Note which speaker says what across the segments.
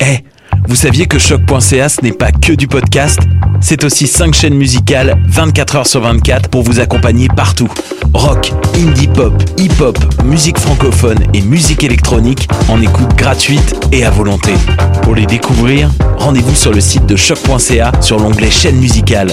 Speaker 1: Eh, Vous saviez que choc.ca ce n'est pas que du podcast C'est aussi 5 chaînes musicales 24 heures sur 24 pour vous accompagner partout. Rock, indie pop, hip-hop, musique francophone et musique électronique en écoute gratuite et à volonté. Pour les découvrir, rendez-vous sur le site de choc.ca sur l'onglet chaîne musicale.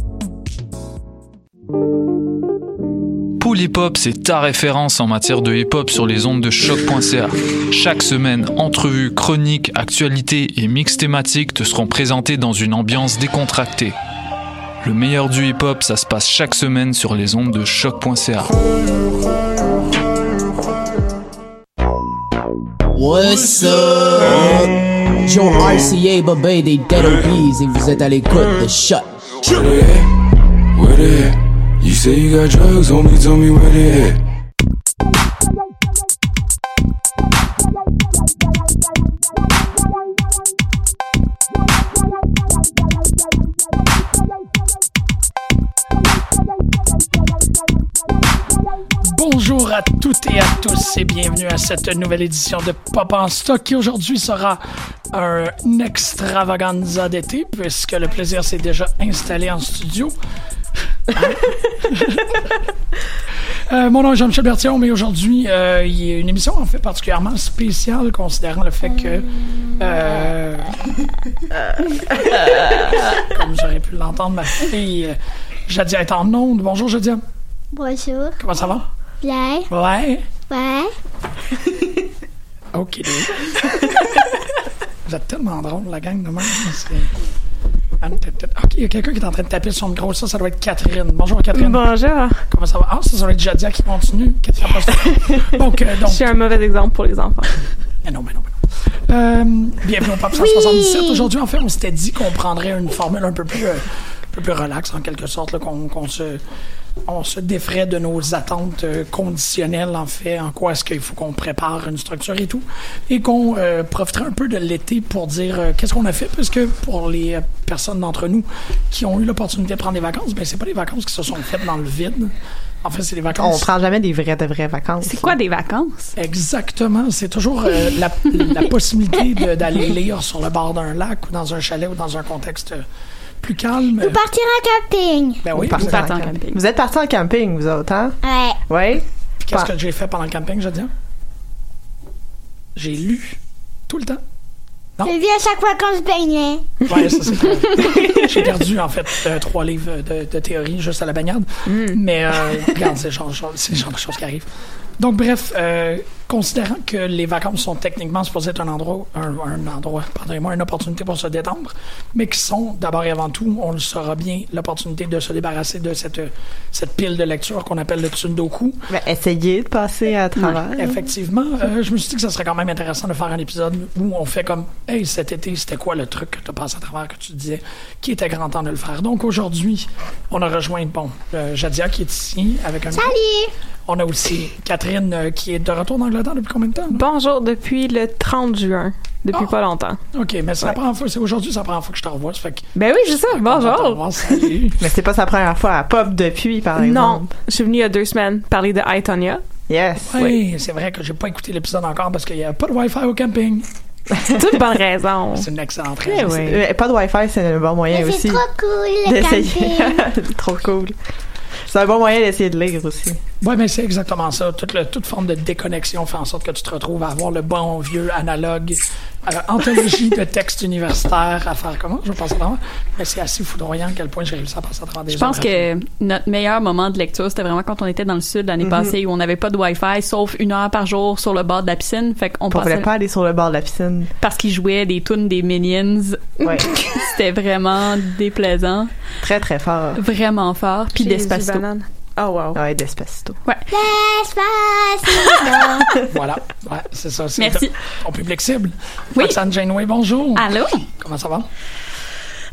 Speaker 2: Pool Hip Hop, c'est ta référence en matière de hip hop sur les ondes de choc.ca. Chaque semaine, entrevues, chroniques, actualités et mix thématiques te seront présentés dans une ambiance décontractée. Le meilleur du hip hop, ça se passe chaque semaine sur les ondes de choc.ca.
Speaker 3: What's up? Yo, RCA, Bobé, des Dead OBs, et vous êtes à l'écoute de Shut.
Speaker 4: Where they at? Where they at? You say you got drugs on me, tell me where they at.
Speaker 5: Bonjour à toutes et à tous et bienvenue à cette nouvelle édition de Pop en Stock qui aujourd'hui sera un extravaganza d'été puisque le plaisir s'est déjà installé en studio. Euh, mon nom est Jean-Michel Bertillon, mais aujourd'hui, euh, il y a une émission en fait particulièrement spéciale considérant le fait que... euh, comme j'aurais pu l'entendre, ma fille euh, Jadia est en onde. Bonjour Jadia,
Speaker 6: Bonjour.
Speaker 5: comment ça va?
Speaker 6: Bien.
Speaker 5: Ouais.
Speaker 6: Ouais.
Speaker 5: OK. Vous êtes tellement drôle, la gang de même. Ah, c'est- Anne, t'es peut-être- OK, il y a quelqu'un qui est en train de taper sur le micro. Ça, ça doit être Catherine. Bonjour, Catherine.
Speaker 7: Bonjour.
Speaker 5: Comment ça va? Ah, ça, ça doit être Jadia qui continue. Catherine, passe- donc, euh, donc.
Speaker 7: Je suis un mauvais exemple pour les enfants.
Speaker 5: Mais Eh non, mais non, mais non. Euh, bienvenue au Pop 177. Aujourd'hui, en fait, on s'était dit qu'on prendrait une formule un peu plus, euh, un peu plus relaxe, en quelque sorte, là, qu'on qu'on se, on se défrait de nos attentes euh, conditionnelles, en fait, en quoi est-ce qu'il faut qu'on prépare une structure et tout, et qu'on euh, profiterait un peu de l'été pour dire euh, qu'est-ce qu'on a fait, parce que pour les euh, personnes d'entre nous qui ont eu l'opportunité de prendre des vacances, ben c'est pas des vacances qui se sont faites dans le vide. En fait, c'est des
Speaker 8: On
Speaker 5: vacances
Speaker 8: prend jamais des vraies de vraies vacances.
Speaker 7: C'est quoi des vacances?
Speaker 5: Exactement. C'est toujours euh, la, la possibilité de- d'aller lire sur le bord d'un lac ou dans un chalet ou dans un contexte euh, plus calme.
Speaker 6: Partir en camping.
Speaker 5: Ben oui,
Speaker 8: Partir
Speaker 5: puis
Speaker 7: partez en camping.
Speaker 8: Vous êtes partis en camping, vous autres, hein?
Speaker 6: Ouais.
Speaker 8: Oui?
Speaker 5: qu'est-ce que j'ai fait pendant le camping, je veux dire? J'ai lu tout le temps.
Speaker 6: Je vis à chaque fois qu'on se baignait.
Speaker 5: Ouais, ça c'est vrai. J'ai perdu en fait euh, trois livres de, de théorie juste à la bagnade. Mais euh, regarde, c'est le genre, de chose- c'est le genre de choses qui arrivent. Donc bref, euh, considérant que les vacances sont techniquement supposées être un endroit, un, un endroit, pardonnez-moi, une opportunité pour se détendre, mais qui sont d'abord et avant tout, on le saura bien, l'opportunité de se débarrasser de cette, euh, cette pile de lecture qu'on appelle le tsundoku.
Speaker 8: Ben, essayez de passer à travers.
Speaker 5: Effectivement, euh, je me suis dit que ça serait quand même intéressant de faire un épisode où on fait comme Hey, cet été, c'était quoi le truc que tu passé à travers que tu disais qui était grand temps de le faire. Donc aujourd'hui, on a rejoint bon, euh, Jadia qui est ici avec un.
Speaker 6: Salut.
Speaker 5: On a aussi Catherine euh, qui est de retour d'Angleterre depuis combien de temps? là?
Speaker 7: Bonjour depuis le 30 juin. Depuis
Speaker 5: Ah.
Speaker 7: pas longtemps.
Speaker 5: OK, mais c'est la première fois, c'est aujourd'hui, c'est la première fois que je te revois. Ça fait que
Speaker 7: Ben oui, c'est ça.
Speaker 5: content de te
Speaker 7: Bonjour.
Speaker 5: revoir, salut.
Speaker 8: Mais c'est pas sa première fois à Pop depuis, par
Speaker 7: Non,
Speaker 8: exemple.
Speaker 7: je suis venue il y a deux semaines parler de Itonia.
Speaker 8: Yes.
Speaker 5: Oui, c'est vrai que j'ai pas écouté l'épisode encore parce qu'il n'y a pas de Wi-Fi au camping.
Speaker 7: C'est une bonne raison.
Speaker 5: C'est une excellente
Speaker 8: Eh
Speaker 5: raison.
Speaker 8: oui. Euh, Pas de Wi-Fi, c'est un bon moyen
Speaker 6: Mais c'est
Speaker 8: aussi
Speaker 6: trop cool le
Speaker 8: d'essayer.
Speaker 6: camping.
Speaker 8: Trop cool. C'est un bon moyen d'essayer de lire aussi.
Speaker 5: Oui, mais c'est exactement ça. Toute, le- toute forme de déconnexion fait en sorte que tu te retrouves à avoir le bon vieux analogue, euh, anthologie de textes universitaires à faire comment je pense vraiment. Mais c'est assez foudroyant à quel point j'ai réussi à passer à travers des
Speaker 9: Je pense
Speaker 5: heures.
Speaker 9: que notre meilleur moment de lecture, c'était vraiment quand on était dans le sud l'année
Speaker 5: Mhm.
Speaker 9: passée où on n'avait pas de Wi-Fi, sauf une heure par jour sur le bord de la piscine. Fait qu'on
Speaker 8: On ne
Speaker 9: passait
Speaker 8: voulait pas aller sur le bord de la piscine.
Speaker 9: parce qu'ils jouaient des tunes des Minions. c'était vraiment déplaisant.
Speaker 8: Très, très fort.
Speaker 9: Vraiment fort. Puis
Speaker 8: Chez
Speaker 9: d'espace
Speaker 8: Zubanan. Oh, wow.
Speaker 7: Ah
Speaker 8: Ouais, Despacito.
Speaker 9: Ouais.
Speaker 5: Voilà, ouais, c'est ça. c'est
Speaker 9: Merci.
Speaker 5: ton- Ton public cible. Oui. Roxane Janeway, bonjour.
Speaker 9: Allô?
Speaker 5: Comment ça va?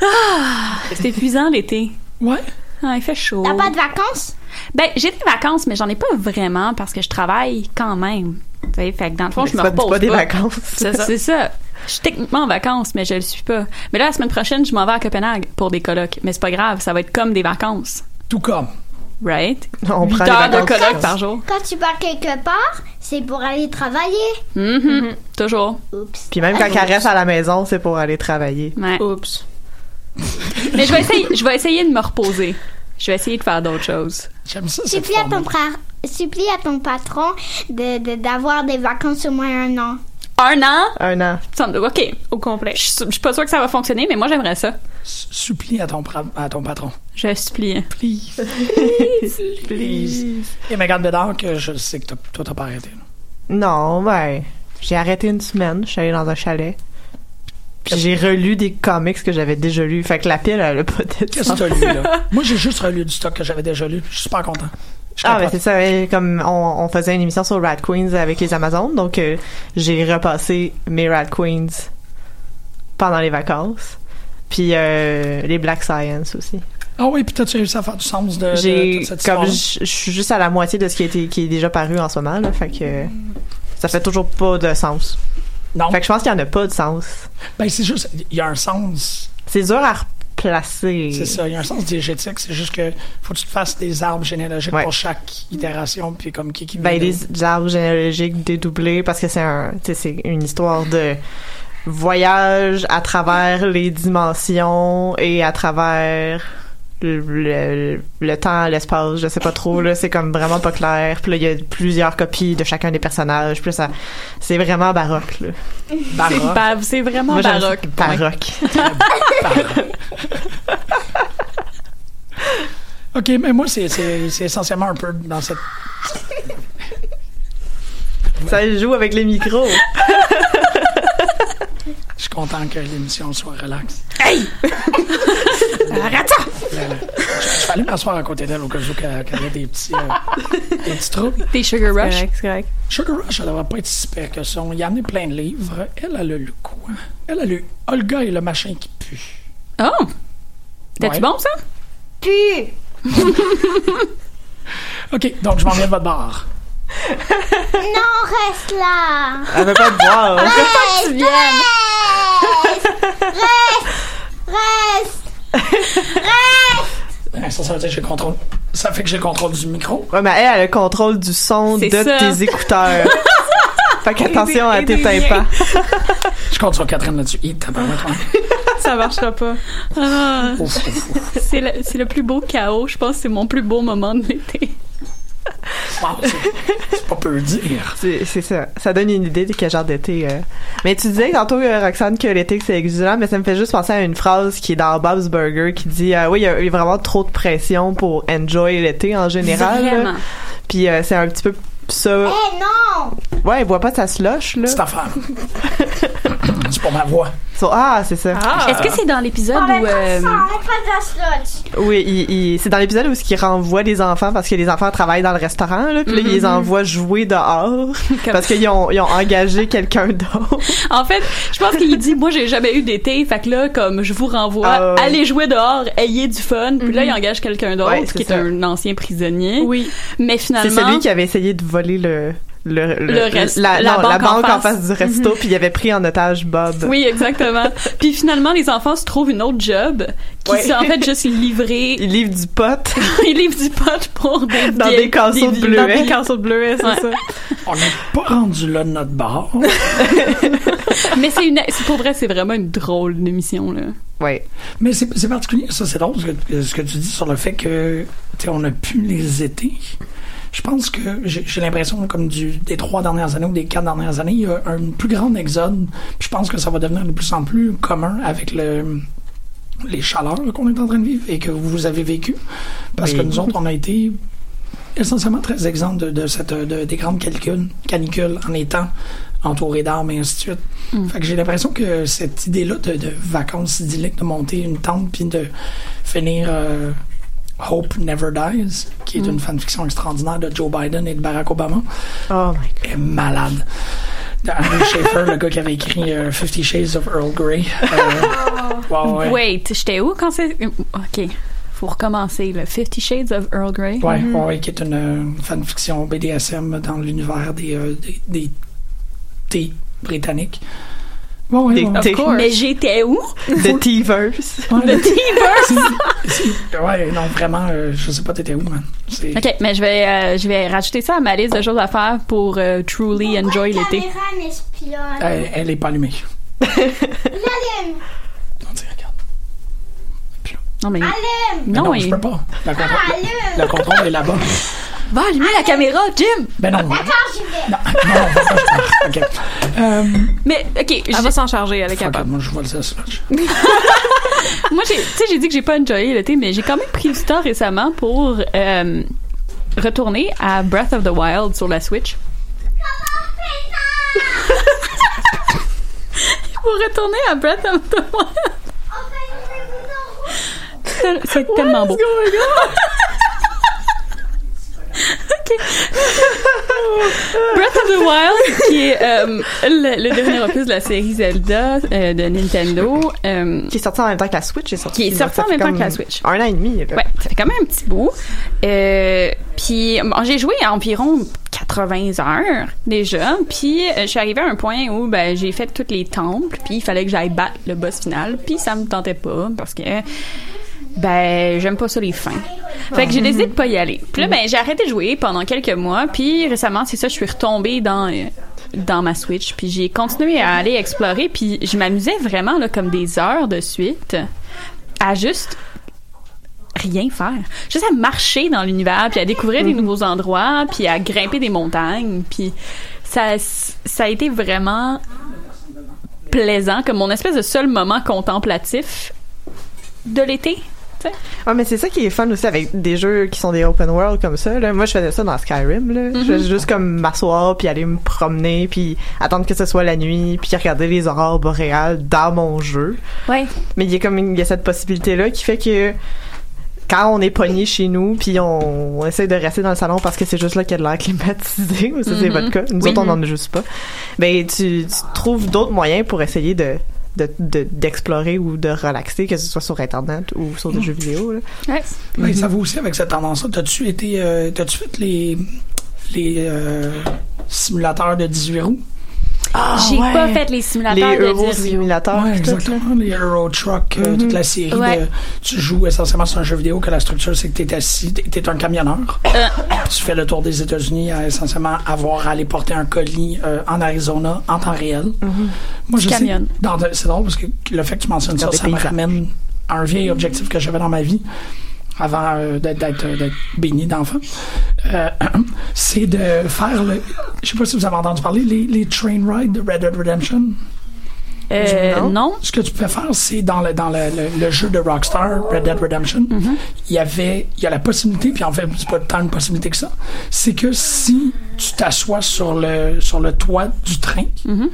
Speaker 9: Ah, c'est épuisant l'été.
Speaker 5: Ouais.
Speaker 9: Ah, il fait chaud.
Speaker 6: T'as pas de
Speaker 9: vacances? Ben, j'ai des vacances, mais j'en ai pas vraiment parce que je travaille quand même. Tu sais, fait que dans le fond,
Speaker 8: Mais
Speaker 9: je me
Speaker 8: c'est pas- c'est
Speaker 9: repose.
Speaker 8: pas des vacances.
Speaker 9: C'est ça. C'est ça. Je suis techniquement en vacances, mais je le suis pas. Mais là, la semaine prochaine, je m'en vais à Copenhague pour des colloques. Mais c'est pas grave, ça va être comme des vacances.
Speaker 5: Tout comme.
Speaker 9: Right?
Speaker 8: On
Speaker 9: Huit
Speaker 8: prend des
Speaker 9: heures de
Speaker 8: vacances.
Speaker 9: colloques par jour.
Speaker 6: Quand tu pars quelque part, c'est pour aller travailler.
Speaker 9: Mhm.
Speaker 7: Mm-hmm.
Speaker 9: Toujours.
Speaker 6: Oups.
Speaker 8: Puis même quand elle reste à la maison, c'est pour aller travailler.
Speaker 9: Oups. mais je vais, essayer, je vais essayer de me reposer. Je vais essayer de faire d'autres choses.
Speaker 5: J'aime ça,
Speaker 6: Supplie à, ton pra- supplie à ton patron d'avoir de, d'avoir des vacances au moins un an.
Speaker 9: Un an?
Speaker 8: Un an.
Speaker 9: Ça me- OK, au complet. Je suis- je suis pas sûre que ça va fonctionner, mais moi, j'aimerais ça.
Speaker 5: Supplie à ton, pra- à ton patron.
Speaker 9: Je supplie.
Speaker 5: Please.
Speaker 9: Please.
Speaker 5: Please. Et Megan Bédard, que je le sais que t'as- toi, t'as pas arrêté. là.
Speaker 8: Non, ben, j'ai arrêté une semaine, je suis allée dans un chalet. Puis j'ai relu des comics que j'avais déjà lus. Fait que la pile, elle a pas de
Speaker 5: Qu'est-ce que
Speaker 8: sens.
Speaker 5: t'as lu, là? Moi, j'ai juste relu du stock que j'avais déjà lu. Je suis super content. Je
Speaker 8: Ah, ben
Speaker 5: capote.
Speaker 8: c'est ça. ouais, Comme on, on faisait une émission sur Rat Queens avec les Amazones, donc euh, j'ai repassé mes Rat Queens pendant les vacances. Puis euh, les Black Science aussi.
Speaker 5: Ah oui, puis t'as-tu réussi à faire du sens de, de
Speaker 8: J'ai
Speaker 5: toute cette
Speaker 8: comme
Speaker 5: histoire?
Speaker 8: je je suis juste à la moitié de ce qui, a été- qui est déjà paru en ce moment, là, fait que euh, ça fait toujours pas de sens.
Speaker 5: Non.
Speaker 8: Fait que je pense qu'il y en a pas de sens.
Speaker 5: Ben, c'est juste, il y a un sens.
Speaker 8: C'est dur à replacer.
Speaker 5: C'est ça, il y a un sens diégétique. C'est juste que faut que tu te fasses des arbres généalogiques pour chaque itération, puis comme qui qui
Speaker 8: Ben, les arbres généalogiques dédoublés parce que c'est un, tu sais, c'est une histoire de voyage à travers les dimensions et à travers le, le- le temps, l'espace, je sais pas trop là, c'est comme vraiment pas clair. Puis là, il y a plusieurs copies de chacun des personnages. Puis là, ça, c'est vraiment baroque là.
Speaker 9: C'est bave, c'est vraiment
Speaker 8: Moi, j'aime ça.
Speaker 9: baroque.
Speaker 8: Baroque.
Speaker 5: OK, mais moi, c'est c'est- c'est essentiellement un peu dans cette...
Speaker 8: Ça joue avec les micros.
Speaker 5: Je suis content que l'émission soit relaxe.
Speaker 9: Arrête ça!
Speaker 5: Je suis allé m'asseoir à côté d'elle au cas où qu'elle qu'elle ait des petits, euh, des petits troubles.
Speaker 9: Des Sugar Rush.
Speaker 5: Sugar Rush, elle devrait pas être si pire que ça. Il a amené plein de livres. Elle, elle a lu quoi? Elle a lu Olga et le machin qui pue.
Speaker 9: Oh! T'es-tu
Speaker 5: Ouais.
Speaker 9: bon, ça?
Speaker 6: Pu!
Speaker 5: OK, donc je m'en viens de votre bar.
Speaker 6: Non, reste là!
Speaker 8: Elle veut pas te voir. hein.
Speaker 6: Reste! Reste! Reste! Reste!
Speaker 5: Ben, Ça, ça veut dire que j'ai le contrôle. Ça fait que j'ai le contrôle du micro.
Speaker 8: Ouais, mais elle, elle a le contrôle du son de
Speaker 5: C'est ça.
Speaker 8: tes écouteurs. fait qu'attention à tes tympans.
Speaker 5: Je compte sur Catherine là-dessus. Hi, tabarouette, hein. ouais.
Speaker 9: Ça marchera pas. Ah,
Speaker 5: Ouf, ouf, ouf.
Speaker 9: c'est le, c'est le plus beau chaos. Je pense que c'est mon plus beau moment de l'été.
Speaker 5: Wow, c'est- c'est pas peu dire.
Speaker 8: C'est c'est ça. Ça donne une idée de quel genre d'été. euh. Mais tu disais tantôt, euh, Roxane, que l'été, que c'est exigeant, mais ça me fait juste penser à une phrase qui est dans Bob's Burger qui dit euh, Oui, il y, a eu vraiment trop de pression pour enjoy l'été en général. là.
Speaker 9: Vraiment.
Speaker 8: Puis euh, c'est un petit peu ça.
Speaker 6: Eh non!
Speaker 8: Ouais, elle boit pas de sa slush, là.
Speaker 5: Cette affaire. c'est pour ma voix.
Speaker 8: So- ah, c'est ça.
Speaker 9: Est-ce que c'est dans l'épisode où... euh,
Speaker 6: Oh, Arrête pas de la sludge!
Speaker 8: Oui, il- il- c'est dans l'épisode où il renvoie les enfants parce que les enfants travaillent dans le restaurant, là, puis
Speaker 9: Mm-hmm.
Speaker 8: là, il les envoie jouer dehors parce qu'ils ont, ils ont engagé quelqu'un d'autre.
Speaker 9: En fait, je pense qu'il dit, moi, j'ai jamais eu d'été. Fait que là, comme je vous renvoie,
Speaker 8: Ah, ouais.
Speaker 9: allez jouer dehors, ayez du fun. Puis là, il engage quelqu'un d'autre
Speaker 8: Ouais, c'est
Speaker 9: qui est
Speaker 8: ça.
Speaker 9: un ancien prisonnier. Oui. Mais
Speaker 8: C'est
Speaker 9: finalement...
Speaker 8: celui qui avait essayé de voler le. Le, le-
Speaker 9: Le reste-
Speaker 8: la,
Speaker 9: la
Speaker 8: non,
Speaker 9: banque
Speaker 8: la
Speaker 9: en
Speaker 8: banque en
Speaker 9: face.
Speaker 8: face du resto,
Speaker 9: Mhm.
Speaker 8: puis il avait pris en otage Bob.
Speaker 9: Oui, exactement. Puis finalement, les enfants se trouvent une autre job qui
Speaker 8: Ouais.
Speaker 9: c'est en fait juste livrer.
Speaker 8: Il livre du pot.
Speaker 9: Ils livrent du pot pour des
Speaker 8: Dans des casseaux de bleuets. Dans des
Speaker 9: casseaux de bleuets, c'est ça.
Speaker 5: On n'est pas rendu là de notre bar.
Speaker 9: Mais c'est une, c'est- pour vrai, c'est vraiment une drôle d'émission là.
Speaker 8: Ouais.
Speaker 5: Mais c'est c'est particulier, ça, c'est drôle ce que, ce que tu dis sur le fait que, tu sais, on n'a plus les étés. je pense que j'ai j'ai l'impression, comme du, des trois dernières années ou des quatre dernières années, il y a un plus grand exode. Puis je pense que ça va devenir de plus en plus commun avec le les chaleurs qu'on est en train de vivre et que vous avez vécu. Parce que
Speaker 10: Oui.
Speaker 5: nous autres, on a été essentiellement très exempts de, de cette, de- des grandes calculs, canicules en étant entourés d'arbres et ainsi de suite. Fait que j'ai l'impression que cette idée-là de, de vacances idylliques, de monter une tente puis de finir euh, Hope Never Dies, qui est
Speaker 8: Mm.
Speaker 5: une fanfiction extraordinaire de Joe Biden et de Barack Obama,
Speaker 9: Oh
Speaker 5: est malade. De Andrew Schaefer, le gars qui avait écrit euh, Fifty Shades of Earl Grey. Euh, ouais, ouais.
Speaker 9: Wait, j'étais où quand c'est. Ok, faut recommencer. Le Fifty Shades of Earl Grey.
Speaker 5: Ouais, ouais, ouais, qui est une euh, fanfiction BDSM dans l'univers des, euh, des, des thés britanniques. Bon, ouais, ouais.
Speaker 9: Of course. Mais j'étais où?
Speaker 5: Faut-
Speaker 8: T-verse.
Speaker 5: Ouais,
Speaker 9: Le T-verse.
Speaker 5: c'est- Ouais, non, vraiment, euh, je sais pas, t'étais où, man. C'est-
Speaker 9: Ok, mais je vais, euh, je vais rajouter ça à ma liste de choses à faire pour euh, truly enjoy
Speaker 6: La
Speaker 9: l'été. Euh,
Speaker 6: caméra m'espionne.
Speaker 5: Elle, elle est pas allumée.
Speaker 6: L'allume.
Speaker 9: Non, mais.
Speaker 6: Allume.
Speaker 5: Mais
Speaker 9: Non,
Speaker 5: non,
Speaker 9: il-
Speaker 5: je peux pas. La contrôle,
Speaker 6: Allume.
Speaker 5: la contrôle est là-bas.
Speaker 9: Va allumer la caméra, Jim!
Speaker 5: Ben non.
Speaker 6: D'accord, j'y vais.
Speaker 5: Ok. Euh,
Speaker 9: Mais, ok.
Speaker 7: Elle va s'en charger, elle est
Speaker 5: fuck it,
Speaker 7: capable.
Speaker 5: moi, je vois le Sasquatch.
Speaker 9: Moi, j'ai- tu sais, j'ai dit que j'ai pas enjoyé l'été, mais j'ai quand même pris du temps récemment pour euh, retourner à Breath of the Wild sur la Switch. pour retourner à Breath of the Wild. C'est- C'est tellement beau. Breath of the Wild, qui est euh, le, le dernier opus de la série Zelda euh, de Nintendo. qui est sorti en même temps que la Switch. qui est sorti
Speaker 8: Ça
Speaker 9: en
Speaker 8: fait
Speaker 9: même temps
Speaker 8: comme
Speaker 9: que la Switch.
Speaker 8: Un an et demi. là.
Speaker 9: Ouais, ça fait quand même un petit bout. Euh, puis bon, j'ai joué à environ 80 heures déjà. Puis euh, je suis arrivée à un point où ben, j'ai fait tous les temples, puis il fallait que j'aille battre le boss final. Puis ça me tentait pas parce que ben j'aime pas ça les fins. Fait
Speaker 8: Ah.
Speaker 9: que j'ai décidé de pas y aller. Puis
Speaker 8: Mm-hmm.
Speaker 9: là ben j'ai arrêté de jouer pendant quelques mois. Puis récemment c'est ça, je suis retombée dans euh, dans ma Switch. Puis j'ai continué à aller explorer. Puis je m'amusais vraiment là comme des heures de suite à juste rien faire. Juste à marcher dans l'univers, puis à découvrir des nouveaux endroits, puis à grimper des montagnes, puis ça, ça a été vraiment plaisant, comme mon espèce de seul moment contemplatif de l'été. tu sais.
Speaker 8: Ah, mais c'est ça qui est fun aussi avec des jeux qui sont des open world comme ça. Là. Moi, je faisais ça dans Skyrim. Là.
Speaker 9: Mm-hmm.
Speaker 8: Je faisais juste comme m'asseoir, puis aller me promener, puis attendre que ce soit la nuit, puis regarder les aurores boréales dans mon jeu.
Speaker 9: Ouais.
Speaker 8: Mais il y a comme une- il y a cette possibilité-là qui fait que quand on est pogné chez nous, puis on, on essaie de rester dans le salon parce que c'est juste là qu'il y a de l'air climatisé, ou ça c'est
Speaker 9: Mm-hmm.
Speaker 10: Mhm.
Speaker 8: votre cas. Nous
Speaker 10: Oui.
Speaker 8: autres, on n'en a juste pas. Ben, tu, tu trouves d'autres moyens pour essayer de de- de- d'explorer ou de relaxer, que ce soit sur Internet ou sur des
Speaker 5: Mm.
Speaker 8: jeux vidéo. Là.
Speaker 5: Ben, ça va aussi avec cette tendance-là. T'as-tu été. euh, T'as-tu fait les. les euh, simulateurs de 18 roues?
Speaker 8: Ah,
Speaker 9: j'ai pas fait les simulateurs de
Speaker 8: Euro
Speaker 9: dire-
Speaker 8: simulateurs.
Speaker 5: Ouais, exactement. Les Euro Truck, euh, toute la série.
Speaker 9: Ouais.
Speaker 5: De, tu joues essentiellement sur un jeu vidéo que la structure, c'est que t'es assis, t'es- t'es un camionneur.
Speaker 9: Euh.
Speaker 5: Tu fais le tour des États-Unis à essentiellement avoir à aller porter un colis euh, en Arizona en temps réel. Moi,
Speaker 9: Mm-hmm. Tu
Speaker 5: je sais-
Speaker 9: camionnes.
Speaker 5: dans de- C'est drôle parce que le fait que tu mentionnes
Speaker 8: Dans
Speaker 5: ça,
Speaker 8: des
Speaker 5: ça me
Speaker 8: paysages.
Speaker 5: ramène à un vieil objectif que j'avais dans ma vie avant euh, d'être- d'être euh, d'être béni d'enfant. Euh, c'est de faire le. Je sais pas si vous avez entendu parler, les, les train rides de Red Dead Redemption.
Speaker 9: Euh, non.
Speaker 5: Hein? Ce que tu peux faire, c'est dans le dans le, le- le jeu de Rockstar, Red Dead Redemption,
Speaker 9: Mm-hmm.
Speaker 5: il y avait il y a la possibilité, puis en fait c'est pas tant une possibilité que ça, c'est que si tu t'assois sur le sur le toit du train,
Speaker 9: Mm-hmm.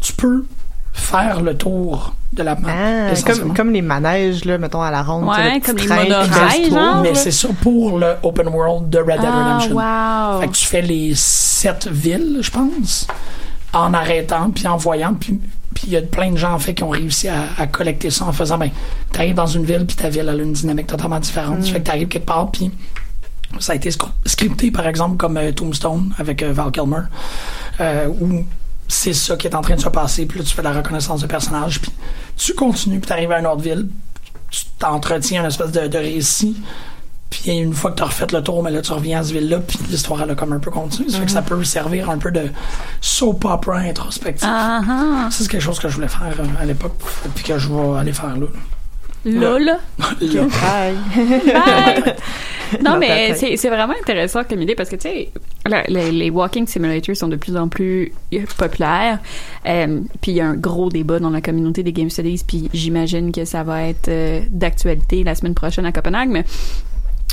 Speaker 5: tu peux faire le tour de la map.
Speaker 8: Ah,
Speaker 5: essentiellement.
Speaker 8: comme, comme les manèges, là, mettons, à la ronde.
Speaker 9: Ouais,
Speaker 8: tu sais, le petit
Speaker 9: comme
Speaker 8: train
Speaker 9: les
Speaker 8: qui
Speaker 9: monorails,
Speaker 8: fait le tour.
Speaker 9: genre,
Speaker 5: mais c'est ça pour le open world de Red Dead
Speaker 9: Ah,
Speaker 5: Redemption.
Speaker 9: wow.
Speaker 5: Fait que tu fais les sept villes, je pense, en arrêtant, puis en voyant, puis puis il y a plein de gens en fait qui ont réussi à, à collecter ça en faisant ben t'arrives dans une ville puis ta ville elle a une dynamique totalement différente fait que t'arrives quelque part puis ça a été scr- scripté par exemple comme euh, Tombstone avec euh, Val Kilmer euh, où c'est ça qui est en train de se passer puis là tu fais de la reconnaissance de personnage puis tu continues puis t'arrives à une autre ville tu t'entretiens une espèce de, de récit puis une fois que tu as refait le tour, mais là, tu reviens à cette ville-là, puis l'histoire, elle a comme un peu continué. Ça fait que
Speaker 9: Mhm.
Speaker 5: ça peut servir un peu de soap opera introspectif.
Speaker 9: Ah, ah.
Speaker 5: Ça, c'est quelque chose que je voulais faire euh, à l'époque, puis que je vais aller faire là.
Speaker 9: Là, là.
Speaker 8: Là.
Speaker 9: Bye. Non,
Speaker 8: Dans ta
Speaker 9: mais
Speaker 8: tête.
Speaker 9: c'est c'est vraiment intéressant comme idée parce que, tu sais, le- les, les walking simulators sont de plus en plus populaires. Euh, puis il y a un gros débat dans la communauté des Game Studies. Puis j'imagine que ça va être euh, d'actualité la semaine prochaine à Copenhague. Mais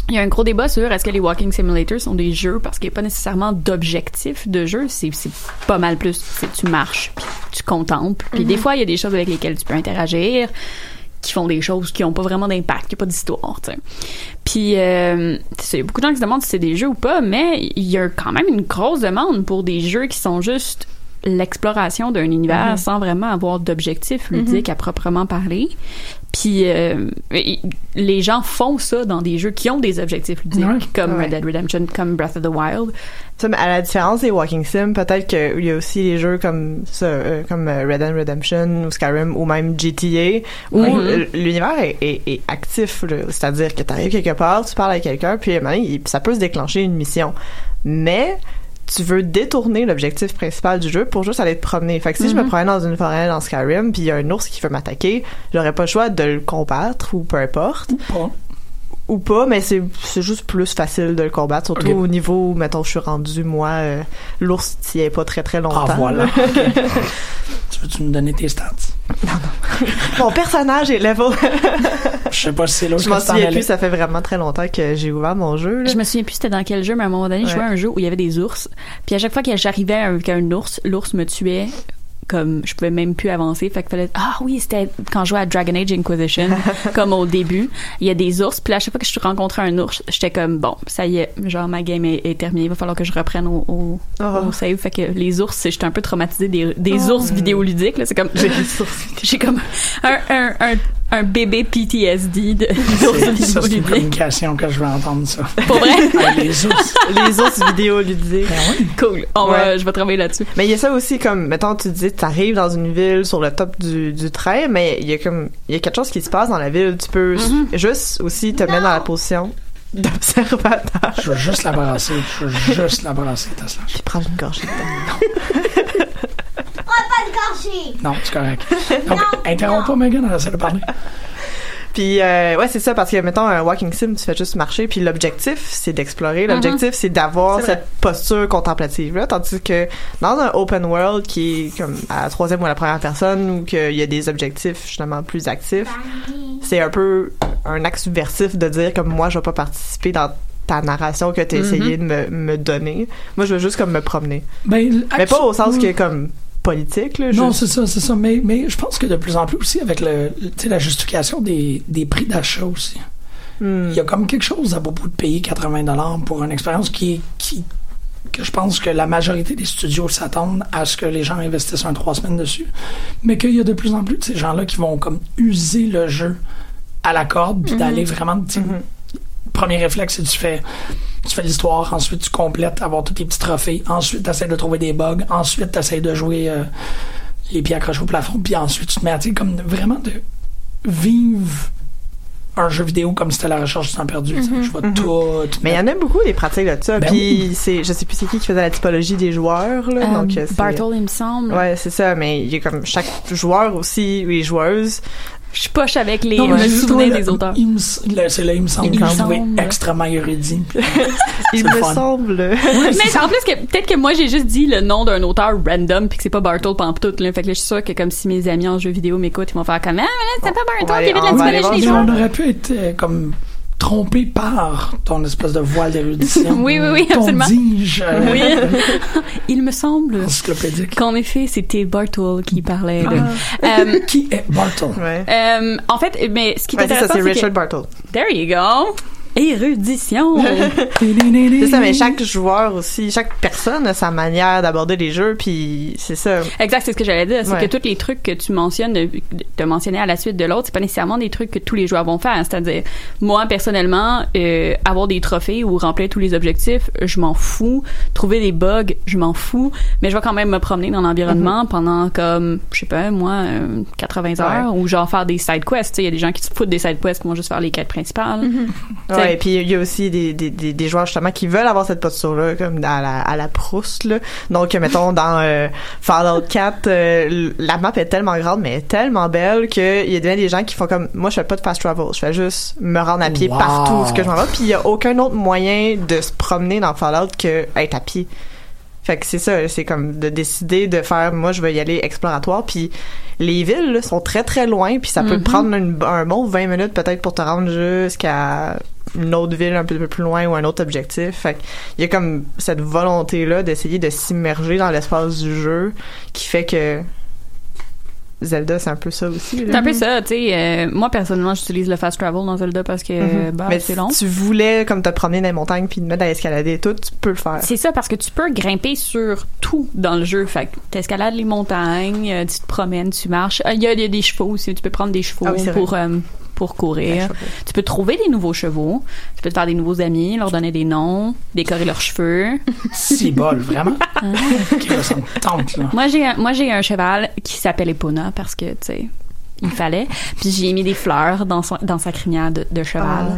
Speaker 9: il y a un gros débat sur est-ce que les walking simulators sont des jeux parce qu'il n'y a pas nécessairement d'objectif de jeu. C'est c'est pas mal plus. c'est Tu marches, puis tu contemples. Puis des
Speaker 7: Mhm.
Speaker 9: fois, il y a des choses avec lesquelles tu peux interagir qui font des choses qui n'ont pas vraiment d'impact, qui n'ont pas d'histoire, tu sais. Puis, euh, tu sais, il y a beaucoup de gens qui se demandent si c'est des jeux ou pas, mais il y a quand même une grosse demande pour des jeux qui sont juste l'exploration d'un univers
Speaker 7: Mhm.
Speaker 9: sans vraiment avoir d'objectif ludique à proprement parler. Puis, euh, et- les gens font ça dans des jeux qui ont des objectifs ludiques, comme Red Dead Redemption, comme Breath of the Wild.
Speaker 8: Ça, mais à la différence des Walking Sim, peut-être qu'il y a aussi des jeux comme ça, euh, comme euh, Red Dead Redemption ou Skyrim ou même GTA où
Speaker 9: Mhm.
Speaker 8: l- l'univers est, est- est actif. là. C'est-à-dire que tu arrives quelque part, tu parles à quelqu'un, puis à un moment donné, il- ça peut se déclencher une mission. Mais tu veux détourner l'objectif principal du jeu pour juste aller te promener. Fait que si je me
Speaker 9: Mhm.
Speaker 8: promenais dans une forêt dans Skyrim, puis il y a un ours qui veut m'attaquer, j'aurais pas le choix de le combattre ou peu importe ou pas, mais c'est c'est juste plus facile de le combattre, surtout
Speaker 5: Ok.
Speaker 8: au niveau où, mettons, je suis rendu, moi, euh, l'ours t'y est pas très très longtemps.
Speaker 5: Ah, voilà.
Speaker 8: là.
Speaker 5: ok. tu veux-tu nous donner tes stats?
Speaker 8: Mon personnage est level.
Speaker 5: Je sais pas si c'est là
Speaker 8: je
Speaker 5: que
Speaker 8: m'en
Speaker 5: tu t'en
Speaker 8: souviens
Speaker 5: allais.
Speaker 8: plus, ça fait vraiment très longtemps que j'ai ouvert mon jeu. là.
Speaker 9: Je me souviens plus c'était dans quel jeu, mais à un moment donné, je
Speaker 8: Ouais.
Speaker 9: jouais à un jeu où il y avait des ours. Puis à chaque fois que j'arrivais avec un ours, l'ours me tuait. Comme je pouvais même plus avancer, fait qu'il fallait. Ah oui, c'était quand je jouais à Dragon Age Inquisition, comme au début. Il y a des ours, puis là, à chaque fois que je rencontrais un ours, j'étais comme bon, ça y est, genre ma game est, est terminée, il va falloir que je reprenne au, au, au save. Fait que les ours, c'est- j'étais un peu traumatisée des, des
Speaker 8: Oh.
Speaker 9: ours vidéoludiques, là. C'est comme. J'ai comme un, un, un, un bébé PTSD de d'ours
Speaker 5: C'est- Ça, c'est une
Speaker 9: vidéoludiques.
Speaker 5: communication que je veux entendre, ça.
Speaker 9: Pour vrai?
Speaker 5: Ah, les ours. Ben
Speaker 8: les ours vidéoludiques.
Speaker 9: Cool. On va- je vais travailler là-dessus.
Speaker 8: Mais il y a ça aussi, comme, mettons, tu dis, tu arrives dans une ville sur le top du, du train, mais il y a comme, il y a quelque chose qui se passe dans la ville. Tu peux
Speaker 9: Mm-hmm.
Speaker 8: juste aussi te mettre dans la position d'observateur.
Speaker 5: Je veux juste la brasser. Je veux juste la brasser, Tesla.
Speaker 8: Puis prendre une gorgée.
Speaker 6: pas de gorgée!
Speaker 5: Non, c'est correct. Donc, interromps pas Megan, elle essaie de parler.
Speaker 8: Puis euh, ouais, c'est ça parce que mettons un walking sim, tu fais juste marcher, puis l'objectif c'est d'explorer, l'objectif
Speaker 9: Mhm.
Speaker 8: c'est d'avoir
Speaker 9: C'est vrai.
Speaker 8: cette posture contemplative là, tandis que dans un open world qui est comme à la troisième ou à la première personne ou qu'il y a des objectifs justement plus actifs, c'est un peu un acte subversif de dire comme moi je vais pas participer dans ta narration que tu as
Speaker 9: Mm-hmm.
Speaker 5: Mhm.
Speaker 8: essayé de me, me donner. Moi je veux juste comme me promener.
Speaker 5: Ben,
Speaker 8: Mais pas au sens
Speaker 5: actu-
Speaker 8: que comme politique là,
Speaker 5: Non,
Speaker 8: juste-
Speaker 5: c'est ça, c'est ça. Mais, mais je pense que de plus en plus aussi, avec le, le- tu sais, la justification des, des prix d'achat aussi, il y a comme quelque chose à beaucoup de payer 80 pour une expérience qui, est- qui que je pense que la majorité des studios s'attendent à ce que les gens investissent un trois semaines dessus, mais qu'il y a de plus en plus de ces gens-là qui vont comme user le jeu à la corde, puis d'aller vraiment... tu sais, Premier réflexe, c'est tu fais... Tu fais l'histoire, ensuite tu complètes, avoir tous tes petits trophées, ensuite t'essayes de trouver des bugs, ensuite t'essayes de jouer euh, les pieds accrochés au plafond, puis ensuite tu te mets à, tu sais, comme vraiment de vivre un jeu vidéo comme si c'était la recherche du temps perdu. tu sais. Je vois tout...
Speaker 8: Mais il y en a beaucoup des pratiques de ça.
Speaker 5: Ben
Speaker 8: Puis c'est, je sais plus c'est qui qui faisait la typologie des joueurs là.
Speaker 9: Euh,
Speaker 8: donc euh, c'est-
Speaker 9: Bartol, il me semble.
Speaker 8: Ouais, c'est ça. Mais il y a comme chaque joueur aussi, les joueuses.
Speaker 9: Je suis poche avec les
Speaker 5: Non, mais
Speaker 9: je me
Speaker 5: juste,
Speaker 9: souvenais
Speaker 5: ouais,
Speaker 9: des
Speaker 5: le-
Speaker 9: auteurs.
Speaker 5: il me s- le- c'est là, il me semble,
Speaker 9: Il
Speaker 5: que je
Speaker 9: me
Speaker 5: le trouvais
Speaker 9: semble.
Speaker 5: extrêmement érudit.
Speaker 8: Il
Speaker 5: C'est le
Speaker 8: me
Speaker 5: fun.
Speaker 8: semble.
Speaker 9: Mais en plus, que peut-être que moi, j'ai juste dit le nom d'un auteur random puis que c'est pas Bartol pantoute. Là. Fait que là, je suis sûre que comme si mes amis en jeu vidéo m'écoutent, ils vont faire comme « Ah, mais là, c'est
Speaker 8: On
Speaker 9: pas
Speaker 8: va
Speaker 9: Bartol qui
Speaker 8: aller-
Speaker 9: avait de
Speaker 8: on va
Speaker 9: la
Speaker 8: aller
Speaker 9: typologie des
Speaker 5: Mais
Speaker 9: joueurs.
Speaker 5: on aurait pu être euh, comme trompé par ton espèce de voile d'érudition.
Speaker 9: Oui, oui, oui, absolument.
Speaker 5: Ton dige, euh,
Speaker 9: Oui. Il me semble
Speaker 5: encyclopédique.
Speaker 9: qu'en effet, c'était Bartol qui parlait. de- Euh,
Speaker 5: Qui est Bartle?
Speaker 8: Ouais.
Speaker 9: euh, en fait, mais ce qui est
Speaker 8: Ouais, c'est ça,
Speaker 9: intéressant,
Speaker 8: c'est
Speaker 9: c'est
Speaker 8: Richard
Speaker 9: que...
Speaker 8: Bartle.
Speaker 9: There you go! Érudition!
Speaker 8: C'est ça, mais chaque joueur aussi, chaque personne a sa manière d'aborder les jeux, puis c'est ça.
Speaker 9: Exact, c'est ce que j'allais dire. C'est
Speaker 8: Ouais.
Speaker 9: que tous les trucs que tu mentionnes, de, de mentionner à la suite de l'autre, c'est pas nécessairement des trucs que tous les joueurs vont faire. C'est-à-dire, moi, personnellement, euh, avoir des trophées ou remplir tous les objectifs, je m'en fous. Trouver des bugs, je m'en fous. Mais je vais quand même me promener dans l'environnement pendant comme, je sais pas, moi, euh, Mhm. 80 heures ou genre faire des side quests. Tu sais, Il y a des gens qui se foutent des side quests qui vont juste faire les quêtes principales. Tu sais,
Speaker 3: Ouais, puis il y a aussi des, des, des, des joueurs justement qui veulent avoir cette posture-là, comme à la, à la Proust. Là. Donc, mettons, dans euh, Fallout 4, euh, la map est tellement grande, mais elle est tellement belle qu'il y a des gens qui font comme moi, je fais pas de fast travel, je fais juste me rendre à pied
Speaker 11: Wow.
Speaker 8: Ah.
Speaker 3: partout où ce que je m'en vais. Puis il y a aucun autre moyen de se promener dans Fallout que être à pied. Fait que c'est ça, c'est comme de décider de faire, moi je vais y aller exploratoire, puis les villes là, sont très très loin, puis ça peut
Speaker 12: Mhm.
Speaker 3: prendre une- un bon 20 minutes peut-être pour te rendre jusqu'à une autre ville un petit peu plus loin ou un autre objectif. Fait que il y a comme cette volonté-là d'essayer de s'immerger dans l'espace du jeu qui fait que Zelda, c'est un peu ça aussi. là.
Speaker 12: C'est un peu ça, tu sais. euh, moi, personnellement, j'utilise le fast travel dans Zelda parce que
Speaker 3: Mhm.
Speaker 12: bah,
Speaker 3: Mais
Speaker 12: c'est
Speaker 3: si
Speaker 12: long.
Speaker 3: tu voulais comme te promener dans les montagnes puis te mettre à escalader et tout, tu peux le faire.
Speaker 12: C'est ça, parce que tu peux grimper sur tout dans le jeu. Fait que t'escalades les montagnes, euh, tu te promènes, tu marches. Euh, Il y, a il y a des chevaux aussi. Tu peux prendre des chevaux
Speaker 3: Ah oui, c'est vrai.
Speaker 12: pour, euh, pour courir. Tu peux trouver des nouveaux chevaux. Tu peux te faire des nouveaux amis, leur donner des noms, décorer leurs cheveux.
Speaker 5: Si bol, vraiment. Ok, ça me tente, là.
Speaker 12: Ah. Moi, j'ai un, moi, j'ai un cheval qui s'appelle Epona parce que, tu sais, il fallait. Puis j'ai mis des fleurs dans, son, dans sa crinière de, de cheval.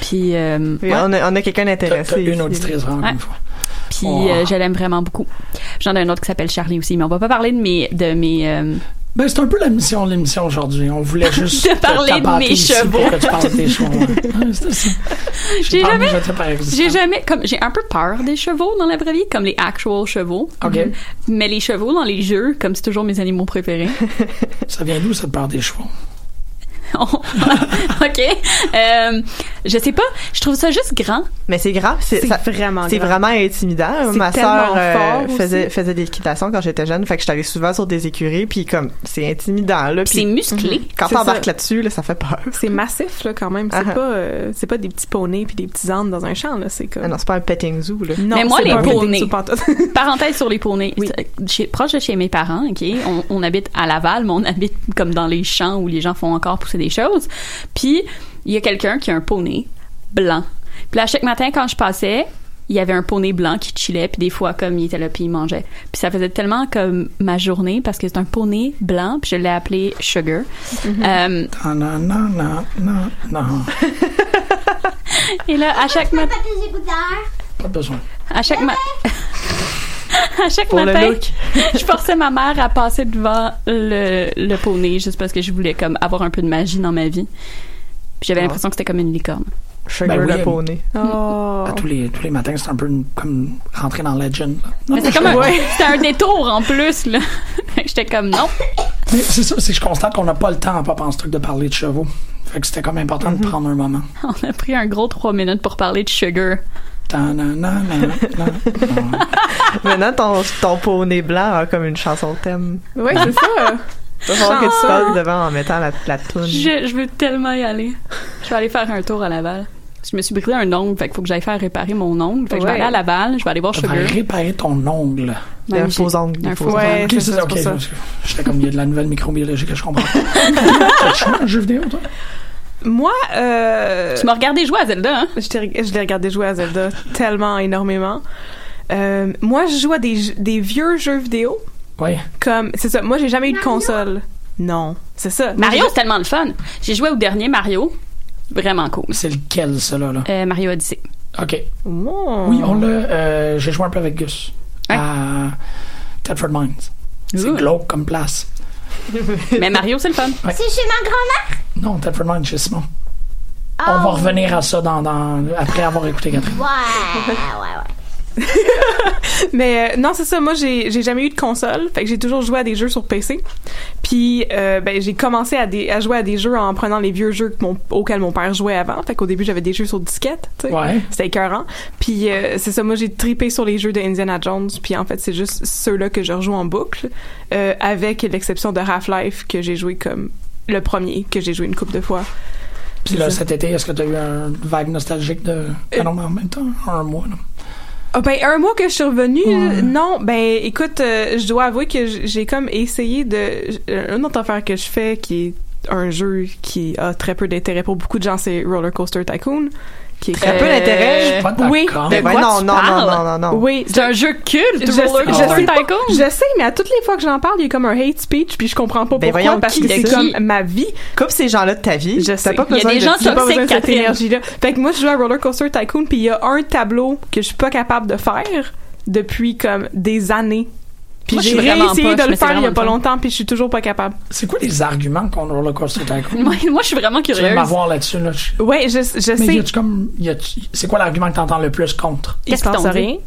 Speaker 12: Puis. euh,
Speaker 3: Ah. Oui,
Speaker 12: ouais.
Speaker 3: On a, on a quelqu'un d'intéressé.
Speaker 12: T'as- t'as une
Speaker 3: ici.
Speaker 12: auditrice, vraiment, comme Ouais.
Speaker 5: fois.
Speaker 12: Puis
Speaker 3: Oh.
Speaker 12: euh, je l'aime vraiment beaucoup. J'en ai un autre qui s'appelle Charlie aussi, mais on va pas parler de mes. De mes euh,
Speaker 5: Ben, c'est un peu la mission de l'émission aujourd'hui. On voulait juste.
Speaker 12: De
Speaker 5: te
Speaker 12: parler de
Speaker 5: tabater
Speaker 12: mes
Speaker 5: ici
Speaker 12: chevaux.
Speaker 5: Pour que tu parles de tes chevaux. ouais.
Speaker 12: J'ai
Speaker 5: Parle
Speaker 12: jamais.
Speaker 5: déjà de ta part existante.
Speaker 12: J'ai jamais. Comme, j'ai un peu peur des chevaux dans la vraie vie, comme les actual chevaux.
Speaker 5: Ok.
Speaker 12: Mais les chevaux dans les jeux, comme c'est toujours mes animaux préférés.
Speaker 5: Ça vient d'où cette part des chevaux?
Speaker 12: OK. Euh, je sais pas. Je trouve ça juste grand.
Speaker 3: Mais c'est grand. C'est ça-
Speaker 12: vraiment
Speaker 3: C'est
Speaker 12: grand.
Speaker 3: vraiment intimidant.
Speaker 12: C'est
Speaker 3: Ma
Speaker 12: tellement
Speaker 3: sœur euh,
Speaker 12: fort aussi.
Speaker 3: faisait, faisait de l'équitation quand j'étais jeune, fait que j'étais allée souvent sur des écuries, puis comme c'est intimidant là. Mhm.
Speaker 8: Puis c'est musclé.
Speaker 3: Quand
Speaker 8: C'est
Speaker 3: t'embarques
Speaker 8: ça.
Speaker 3: là-dessus, là, ça fait peur.
Speaker 8: C'est massif, là, quand même. C'est
Speaker 3: Ah ah.
Speaker 8: pas, euh, c'est pas des petits poneys puis des petits ânes dans un champ, là. C'est comme...
Speaker 3: Ah non, c'est pas un petting zoo, là.
Speaker 8: Non,
Speaker 12: mais moi,
Speaker 8: c'est
Speaker 12: les
Speaker 8: pas un petting
Speaker 12: poneys.
Speaker 8: zoo, pas en tout.
Speaker 12: Parenthèse sur les poneys. C'est- Chez, proche de chez mes parents, OK? On, on habite à Laval, mais on habite comme dans les champs où les gens font encore pousser des choses. Puis, il y a quelqu'un qui a un poney blanc. Puis là, chaque matin, quand je passais, il y avait un poney blanc qui chillait, puis des fois, comme, il était là, puis il mangeait. Puis ça faisait tellement comme ma journée, parce que c'est un poney blanc, puis je l'ai appelé Sugar.
Speaker 5: Mm-hmm.
Speaker 12: Euh,
Speaker 5: Non, non, non, non, non, non.
Speaker 12: et là, à chaque matin...
Speaker 5: Pas besoin.
Speaker 12: À chaque, ma- à chaque
Speaker 5: Pour le
Speaker 12: matin,
Speaker 5: look.
Speaker 12: je forçais ma mère à passer devant
Speaker 9: euh,
Speaker 12: le, le poney juste parce que je voulais comme avoir un peu de magie dans ma vie. Puis j'avais
Speaker 3: Ah.
Speaker 12: l'impression que c'était comme une licorne.
Speaker 3: Sugar
Speaker 5: Ben oui,
Speaker 3: le
Speaker 5: euh,
Speaker 3: poney.
Speaker 9: Oh.
Speaker 12: Bah,
Speaker 5: À tous, les, tous les matins, c'est un peu une- comme rentrer dans Legend. là.
Speaker 12: Mais c'est comme un,
Speaker 5: Ouais.
Speaker 12: c'était un détour en plus, là. Fait que J'étais comme non.
Speaker 5: Mais c'est ça, c'est que je constate qu'on n'a pas le temps à Pop en stock de parler de chevaux. Fait que c'était comme important
Speaker 12: Mm-hmm.
Speaker 5: de prendre un moment.
Speaker 12: On a pris un gros trois minutes pour parler de sugar.
Speaker 3: Maintenant, ton, ton poney blanc a comme une chanson thème.
Speaker 8: Oui, c'est ça.
Speaker 3: Il faut que tu
Speaker 12: Chanson.
Speaker 3: passes devant en mettant la, la toune.
Speaker 12: Je, je veux tellement y aller. Je vais aller faire un tour à Laval. Je me suis brisé un ongle, fait qu'il faut que j'aille faire réparer mon ongle. Fait que je vais
Speaker 5: Ouais.
Speaker 12: aller à Laval, je vais aller voir
Speaker 5: Tu vas
Speaker 12: Sugar.
Speaker 5: réparer ton ongle.
Speaker 12: Ouais, Un j'ai- faux ongle, un des faux faux ongles. ongles.
Speaker 5: Ok,
Speaker 12: Ouais,
Speaker 5: c'est
Speaker 12: c'est
Speaker 5: ça,
Speaker 12: ça,
Speaker 5: ok.
Speaker 12: c'est pour ça.
Speaker 5: J'étais comme il y a de la nouvelle microbiologie que je comprends. pas. tu joues à un jeu vidéo, toi?
Speaker 8: Moi, euh...
Speaker 12: Tu m'as regardé jouer à Zelda, hein?
Speaker 8: Je t'ai reg- je l'ai regardé jouer à Zelda tellement, énormément. Euh, moi, je joue à des, jeux- des vieux jeux vidéo.
Speaker 5: Ouais.
Speaker 8: Comme, c'est ça. Moi, j'ai jamais eu de console. Non. C'est ça. Moi,
Speaker 12: Mario,
Speaker 8: j'ai-
Speaker 12: c'est tellement le fun. J'ai joué au dernier Mario. Vraiment cool.
Speaker 5: C'est lequel, celui-là? Là?
Speaker 12: Euh, Mario Odyssey.
Speaker 5: Ok. Oui, on l'a. euh, J'ai joué un peu avec Gus. À Tedford Mines. C'est glauque comme place.
Speaker 12: Mais Mario, c'est le fun.
Speaker 9: C'est chez ma grand-mère?
Speaker 5: Non, Tedford Mines, chez Simon.
Speaker 9: Ah,
Speaker 5: On va
Speaker 9: oui.
Speaker 5: revenir à ça dans, dans- après avoir écouté Catherine.
Speaker 9: Ouais, ouais, ouais.
Speaker 8: Mais euh, non, c'est ça. Moi, j'ai j'ai jamais eu de console. Fait que j'ai toujours joué à des jeux sur PC. Puis, euh, ben, j'ai commencé à, des- à jouer à des jeux en prenant les vieux jeux que mon- auxquels mon père jouait avant. Fait qu'au début, j'avais des jeux sur disquette. tu sais.
Speaker 5: Ouais.
Speaker 8: C'était écœurant. Puis, euh, c'est ça. Moi, j'ai tripé sur les jeux de Indiana Jones. Puis, en fait, c'est juste ceux-là que je rejoue en boucle. euh, avec l'exception de Half-Life que j'ai joué comme le premier, que j'ai joué une couple de fois.
Speaker 5: Puis là, cet été, est-ce que tu as eu un vague nostalgique de.
Speaker 13: Eh.
Speaker 5: Ah non, mais en même temps, un mois. là.
Speaker 8: Ah ben un mois que je suis revenue, euh, non, ben écoute, euh, je dois avouer que j- j'ai comme essayé de euh, une autre affaire que je fais qui est un jeu qui a très peu d'intérêt pour beaucoup de gens, c'est Roller Coaster Tycoon qui est
Speaker 9: Très peu d'intérêt. Je suis pas d'accord.
Speaker 8: Oui,
Speaker 9: Ben non, non, non, non, non, non.
Speaker 8: Oui,
Speaker 13: C'est un jeu
Speaker 8: je,
Speaker 13: culte,
Speaker 8: je sais,
Speaker 13: Roller
Speaker 8: je sais
Speaker 13: Coaster
Speaker 8: pas.
Speaker 13: Tycoon.
Speaker 8: Je sais, mais à toutes les fois que j'en parle, il y a comme un hate speech, puis je comprends pas
Speaker 9: Ben
Speaker 8: pourquoi,
Speaker 9: voyons,
Speaker 8: parce
Speaker 9: qui
Speaker 8: que
Speaker 9: de
Speaker 8: c'est
Speaker 9: qui?
Speaker 8: comme ma vie.
Speaker 9: Coupe ces gens-là de ta vie.
Speaker 8: Je sais.
Speaker 9: pas besoin de- t'as pas besoin de cette énergie.
Speaker 8: énergie-là. Fait que moi, je joue à Roller Coaster Tycoon, puis il y a un tableau que je suis pas capable de faire depuis comme des années. Puis
Speaker 13: Moi, je
Speaker 8: j'ai
Speaker 13: suis vraiment
Speaker 8: réessayé
Speaker 13: poche,
Speaker 8: de le
Speaker 13: mais c'est
Speaker 8: faire il y a
Speaker 13: vraiment
Speaker 8: pas
Speaker 13: le fun.
Speaker 8: longtemps, puis je suis toujours pas capable.
Speaker 5: C'est quoi les arguments contre Roller Coaster Tycoon?
Speaker 13: Moi, moi, je suis vraiment
Speaker 5: Tu veux
Speaker 13: curieuse.
Speaker 5: m'avoir là-dessus, là. Je-
Speaker 8: Ouais, je, je
Speaker 5: Mais y
Speaker 8: sais.
Speaker 5: a-tu comme. y a-tu- C'est quoi l'argument que t'entends le plus contre?
Speaker 8: Il se
Speaker 13: Qu'est-ce qu'ils
Speaker 8: passe
Speaker 13: t'ont
Speaker 8: rien.
Speaker 13: dit?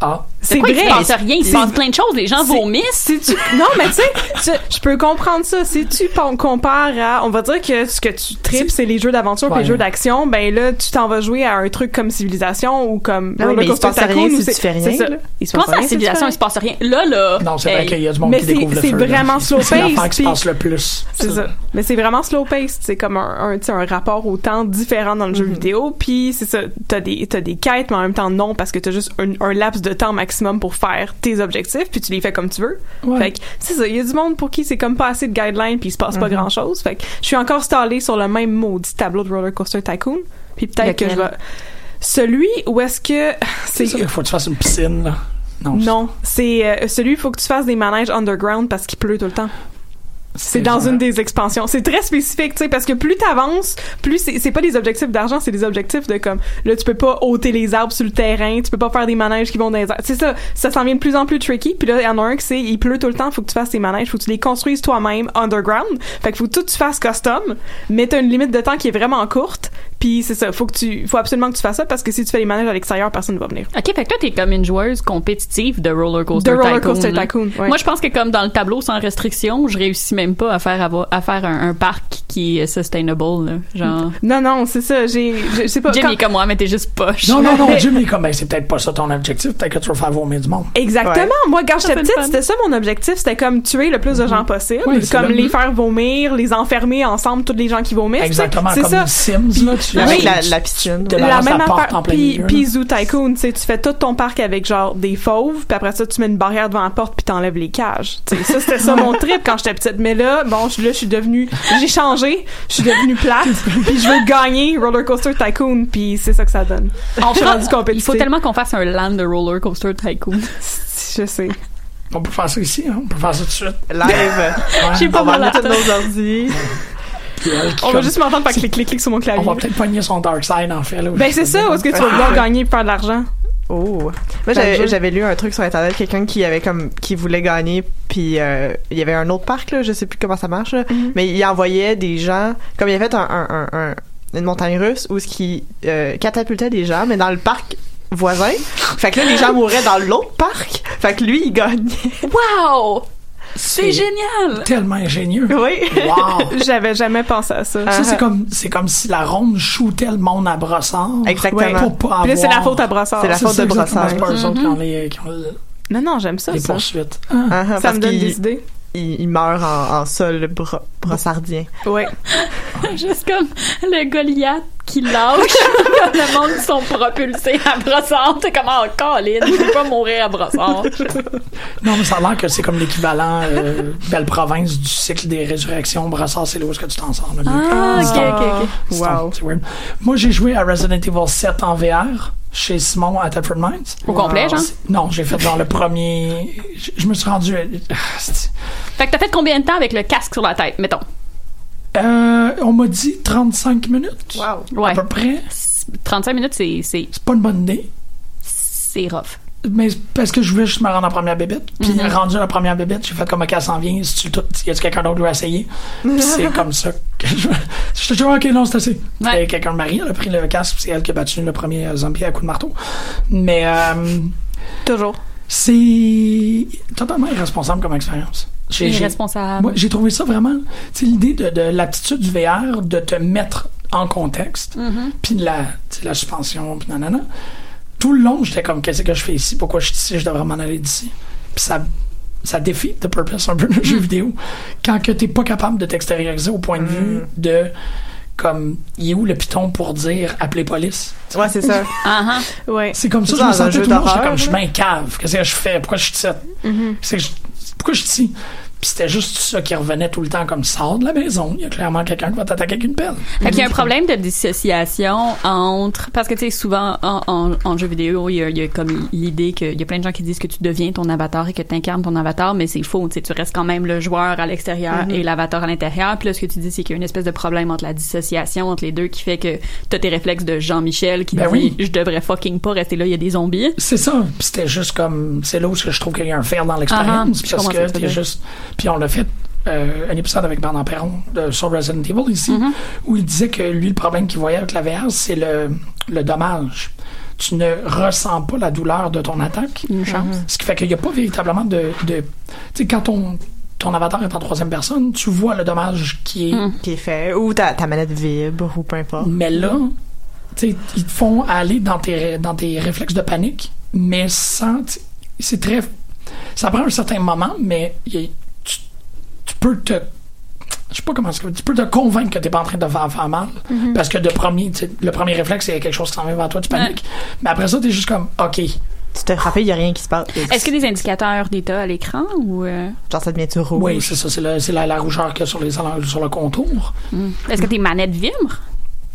Speaker 5: Ah.
Speaker 13: C'est
Speaker 8: C'est
Speaker 13: quoi,
Speaker 8: vrai.
Speaker 13: il se passe rien, il se
Speaker 8: C'est-
Speaker 13: passe plein de choses, les gens
Speaker 8: C'est-
Speaker 13: vomissent.
Speaker 8: si tu- non, mais tu sais, tu- je peux comprendre ça. Si tu pon- compares à, on va dire que ce que tu tripes, c'est les jeux d'aventure puis
Speaker 9: Ouais.
Speaker 8: les jeux d'action, ben là, tu t'en vas jouer à un truc comme Civilisation ou comme
Speaker 9: Non, mais
Speaker 8: Roller
Speaker 9: il se
Speaker 8: Coaster
Speaker 9: passe rien
Speaker 8: Tycoon
Speaker 9: si
Speaker 8: ou
Speaker 9: tu
Speaker 8: c'est-
Speaker 9: fais rien,
Speaker 8: c'est ça.
Speaker 9: là.
Speaker 8: Il se
Speaker 13: Je pense
Speaker 8: passe
Speaker 13: à
Speaker 8: rien
Speaker 13: la
Speaker 8: si tu
Speaker 13: civilisation,
Speaker 8: fais
Speaker 13: il se passe rien. Là, là.
Speaker 5: Non, c'est vrai
Speaker 13: hey.
Speaker 5: qu'il y a du monde
Speaker 8: mais
Speaker 5: qui
Speaker 8: c'est-
Speaker 5: découvre le
Speaker 8: c'est
Speaker 5: feu. là.
Speaker 8: vraiment
Speaker 5: C'est- C'est
Speaker 8: slow-paced,
Speaker 5: l'affaire qui se
Speaker 8: puis-
Speaker 5: passe le plus.
Speaker 8: C'est ça. Mais c'est vraiment slow-paced. C'est comme un, un, tu sais, un rapport au temps différent dans le
Speaker 5: Mm-hmm.
Speaker 8: jeu vidéo. Puis c'est ça, t'as des, t'as des quêtes, mais en même temps non, parce que t'as juste un, un laps de temps maximum pour faire tes objectifs, puis tu les fais comme tu veux.
Speaker 5: Ouais.
Speaker 8: Fait que c'est ça, il y a du monde pour qui c'est comme pas assez de guidelines, puis il se passe
Speaker 5: Mm-hmm.
Speaker 8: pas grand-chose. Fait que je suis encore stallée sur le même maudit tableau de Roller Coaster Tycoon. Puis peut-être que je
Speaker 13: Lequel?
Speaker 8: vais... Celui où est-ce que...
Speaker 5: C'est ça, il faut que tu fasses une piscine, là. Non.
Speaker 8: Non, c'est euh, celui il faut que tu fasses des manèges underground parce qu'il pleut tout le temps. C'est dans
Speaker 5: genre-
Speaker 8: une des expansions. C'est très spécifique, tu sais, parce que plus t'avances, plus c'est c'est pas des objectifs d'argent, c'est des objectifs de comme là tu peux pas ôter les arbres sur le terrain, tu peux pas faire des manèges qui vont dans les arbres. C'est ça, ça s'en vient de plus en plus tricky. Puis là il y en a un que c'est il pleut tout le temps, faut que tu fasses tes manèges, faut que tu les construises toi-même underground. Fait que faut que tout tu fasses custom, mais t'as une limite de temps qui est vraiment courte. Puis c'est ça, faut que tu faut absolument que tu fasses ça parce que si tu fais les manèges à l'extérieur, personne ne va venir.
Speaker 13: OK, fait que toi, t'es comme une joueuse compétitive de Roller Coaster
Speaker 8: De
Speaker 13: Tycoon.
Speaker 8: Roller Coaster
Speaker 13: là.
Speaker 8: Tycoon, ouais.
Speaker 13: Moi, je pense que comme dans le tableau sans restriction, je réussis même pas à faire, avo- à faire un, un parc qui est sustainable. là. Genre,
Speaker 8: Non non, c'est ça, j'ai je je sais pas
Speaker 13: Jim
Speaker 8: quand-
Speaker 13: est comme moi, mais t'es juste poche.
Speaker 5: Non, non, non,
Speaker 8: Mais-
Speaker 5: Jim, il est comme, ben, c'est peut-être pas ça ton objectif, peut-être que tu vas faire vomir du monde.
Speaker 8: Exactement.
Speaker 9: Ouais.
Speaker 8: Moi, quand
Speaker 13: Ça fait
Speaker 8: j'étais
Speaker 13: le
Speaker 8: petite,
Speaker 13: fun. Mm-hmm.
Speaker 8: c'était ça mon objectif. C'était comme tuer le plus de gens possible,
Speaker 5: Ouais, c'est
Speaker 8: comme
Speaker 5: le-
Speaker 8: les faire vomir, les enfermer ensemble, tous les gens qui vomissent. tu sais.
Speaker 5: Exactement,
Speaker 8: C'est
Speaker 5: comme
Speaker 8: ça.
Speaker 5: les Sims, là. Tu,
Speaker 9: Avec
Speaker 5: tu-
Speaker 9: la,
Speaker 5: tu-
Speaker 9: la piscine.
Speaker 5: tu
Speaker 8: La
Speaker 5: balances
Speaker 8: même
Speaker 5: porte
Speaker 8: affaire.
Speaker 5: en plein
Speaker 8: Puis,
Speaker 5: milieu,
Speaker 8: puis
Speaker 5: là.
Speaker 8: Zoo Tycoon, tu sais, tu fais tout ton parc avec genre des fauves, puis après ça, tu mets une barrière devant la porte, puis t'enlèves les cages. Tu sais, ça, c'était ça mon trip quand j'étais petite. Mais là, bon, je- là, je suis devenue, j'ai changé, je suis devenue plate, puis je veux gagner Roller Coaster Tycoon, puis c'est ça que ça donne.
Speaker 13: On
Speaker 8: Je suis
Speaker 13: prend-
Speaker 8: rendue
Speaker 13: Il
Speaker 8: compétitive.
Speaker 13: faut tellement qu'on fasse un land de Roller Coaster Tycoon.
Speaker 8: Je sais.
Speaker 5: On peut faire ça ici, hein, on peut faire ça tout de suite.
Speaker 9: Live.
Speaker 5: Ouais.
Speaker 13: J'ai pas
Speaker 9: on va
Speaker 13: mal à
Speaker 9: mettre tous
Speaker 13: tête.
Speaker 9: nos ordi.
Speaker 5: Puis elle qui
Speaker 8: On va
Speaker 5: comme-
Speaker 8: juste m'entendre faire clic-clic-clic sur mon clavier.
Speaker 5: on va peut-être pogner son dark side, en fait, là.
Speaker 8: Ben c'est ça, où est-ce que tu vas pouvoir gagner et faire de l'argent?
Speaker 9: Oh. Moi,
Speaker 8: Plein de jeux.
Speaker 9: j'avais, j'avais lu un truc sur Internet, quelqu'un qui avait comme, qui voulait gagner, puis euh, il y avait un autre parc, là, je sais plus comment ça marche, là,
Speaker 13: Mhm.
Speaker 9: mais il envoyait des gens, comme il avait fait un, un- un- un- une montagne russe où ce qui euh, catapultait des gens, mais dans le parc voisin. fait que là, les gens mouraient dans l'autre parc. Fait que lui, il gagnait.
Speaker 13: Wow! C'est génial!
Speaker 5: Tellement ingénieux.
Speaker 9: Oui.
Speaker 5: Wow!
Speaker 8: J'avais jamais pensé à ça.
Speaker 9: Ah.
Speaker 5: Ça, c'est comme, c'est comme si la ronde shootait le monde à brossard.
Speaker 9: Exactement.
Speaker 5: Pour pas
Speaker 8: Puis là, c'est la
Speaker 5: avoir- Ah,
Speaker 8: faute à Brassard.
Speaker 9: C'est la
Speaker 5: C'est
Speaker 9: faute
Speaker 5: ça,
Speaker 9: de
Speaker 5: exactement,
Speaker 9: Brassard.
Speaker 5: C'est pas eux autres
Speaker 13: Mhm.
Speaker 5: qui ont les, qui ont le-
Speaker 8: Non, non, j'aime ça,
Speaker 5: les
Speaker 8: ça.
Speaker 5: poursuites. Ah.
Speaker 9: Ah, ah,
Speaker 8: Ça
Speaker 9: parce
Speaker 8: me donne
Speaker 9: qu'il-
Speaker 8: des idées.
Speaker 9: Il, il meurt en, en sol bro- brossardien.
Speaker 8: Ouais.
Speaker 13: Juste comme le Goliath qui lâche le monde qui sont propulsés à brossard. T'es comme
Speaker 9: oh,
Speaker 13: en colline, je peux pas mourir à brossard.
Speaker 5: Non, mais ça a l'air que c'est comme l'équivalent euh, belle province du cycle des résurrections. Brassard, c'est là où est-ce que tu t'en sors le mieux.
Speaker 13: Ah, ok, ok, ok.
Speaker 5: C'est un- c'est weird. Moi, j'ai joué à Resident Evil 7 en VR chez Simon à Tedford Mines. Ah,
Speaker 13: Au complet, genre?
Speaker 5: Non, j'ai fait dans le premier. Je, je me suis rendu. euh, à-
Speaker 13: Fait que t'as fait combien de temps avec le casque sur la tête, mettons?
Speaker 5: Euh, on m'a dit 35 minutes.
Speaker 9: Wow.
Speaker 13: Ouais.
Speaker 5: À peu près.
Speaker 13: 35 minutes, c'est, c'est,
Speaker 5: C'est pas une bonne idée.
Speaker 13: c'est rough. Mm-hmm.
Speaker 5: Mais c'est parce que je voulais juste me rendre en première bébête. Puis rendu à la première bébête, j'ai fait comme OK, elle s'en vient. Si tu tout, y a quelqu'un d'autre qui veut essayer? Puis c'est comme ça que je. J'étais toujours OK, non, c'est assez.
Speaker 13: Ouais.
Speaker 5: Et Quelqu'un de Marie, elle a pris le casque, puis c'est elle qui a battu le premier zombie à coup de marteau. Mais euh,
Speaker 8: Toujours.
Speaker 5: c'est totalement irresponsable comme expérience. J'ai- j'ai-
Speaker 13: Irresponsable.
Speaker 5: moi, j'ai trouvé ça vraiment. Tu sais, l'idée de, de l'aptitude du VR, de te mettre en contexte, puis de la, tu sais, la suspension, puis nanana. Tout le long, j'étais comme, qu'est-ce que je fais ici? Pourquoi je suis ici? Je devrais m'en aller d'ici. Puis ça, ça défie the purpose un peu le jeu vidéo. Quand que t'es pas capable de t'extérioriser au point de vue de, comme, il est où le piton pour dire appeler police?
Speaker 9: Ouais, c'est ça.
Speaker 13: Ah, ah.
Speaker 8: Ouais.
Speaker 5: C'est comme ça
Speaker 9: C'est
Speaker 5: que je me sentais
Speaker 9: dans un jeu
Speaker 5: tout le monde.
Speaker 9: d'horreur, Mm-hmm.
Speaker 5: J'étais comme, je
Speaker 9: là.
Speaker 5: m'incave. Qu'est-ce que je fais? Pourquoi je suis ici? C'est que je- Pourquoi je suis ici? Puis c'était juste ça qui revenait tout le temps comme sort de la maison. Il y a clairement quelqu'un qui va t'attaquer avec une pelle.
Speaker 9: Fait qu'il y a un problème de dissociation entre. Parce que, tu sais, souvent, en, en, en jeu vidéo, il y a, il y a comme l'idée qu'il y a plein de gens qui disent que tu deviens ton avatar et que tu incarnes ton avatar, mais c'est faux. Tu sais, tu restes quand même le joueur à l'extérieur
Speaker 7: Mhm.
Speaker 9: et l'avatar à l'intérieur. Puis là, ce que tu dis, c'est qu'il y a une espèce de problème entre la dissociation entre les deux qui fait que t'as tes réflexes de Jean-Michel qui
Speaker 5: Ben
Speaker 9: dit
Speaker 5: oui.
Speaker 9: Je devrais fucking pas rester là, il y a des zombies.
Speaker 5: C'est ça. Puis c'était juste comme. C'est là où je trouve qu'il y a un fer dans
Speaker 9: Ah,
Speaker 5: l'expérience.
Speaker 9: je
Speaker 5: parce
Speaker 9: comprends ce que
Speaker 5: que
Speaker 9: tu
Speaker 5: t'es
Speaker 9: veux dire.
Speaker 5: juste. Puis on l'a fait. euh, un épisode avec Bernard Perron de, sur Resident Evil ici,
Speaker 9: Mm-hmm.
Speaker 5: où il disait que lui, le problème qu'il voyait avec la VR, c'est le, le dommage. Tu ne ressens pas la douleur de ton attaque. Mm-hmm.
Speaker 9: Une chance.
Speaker 5: Ce qui fait qu'il n'y a pas véritablement de. de tu sais, quand ton, ton avatar est en troisième personne, tu vois le dommage qui
Speaker 9: Mm-hmm.
Speaker 5: est
Speaker 8: Qui est fait. Ou ta, ta manette vibre, ou peu importe.
Speaker 5: mais là, tu sais, ils te font aller dans tes, dans tes réflexes de panique, mais sans. tu sais, C'est très. Ça prend un certain moment, mais il y a- tu, tu peux te. Je sais pas comment ça- Tu peux te convaincre que t'es pas en train de faire, faire mal.
Speaker 10: Mhm.
Speaker 5: Parce que de premier, tu sais, le premier réflexe, c'est quelque chose qui s'en vient vers toi, tu paniques. Mais après ça, t'es juste comme, OK.
Speaker 8: Tu t'es frappé, il n'y a rien qui se passe.
Speaker 9: Est-ce qu'il y a des indicateurs d'état à l'écran ou. euh,
Speaker 8: Genre, ça devient-tu rouge?
Speaker 5: Oui, c'est ça, c'est le- c'est la, la rougeur qu'il y a sur, les, sur le contour.
Speaker 9: Est-ce que tes manettes vibrent?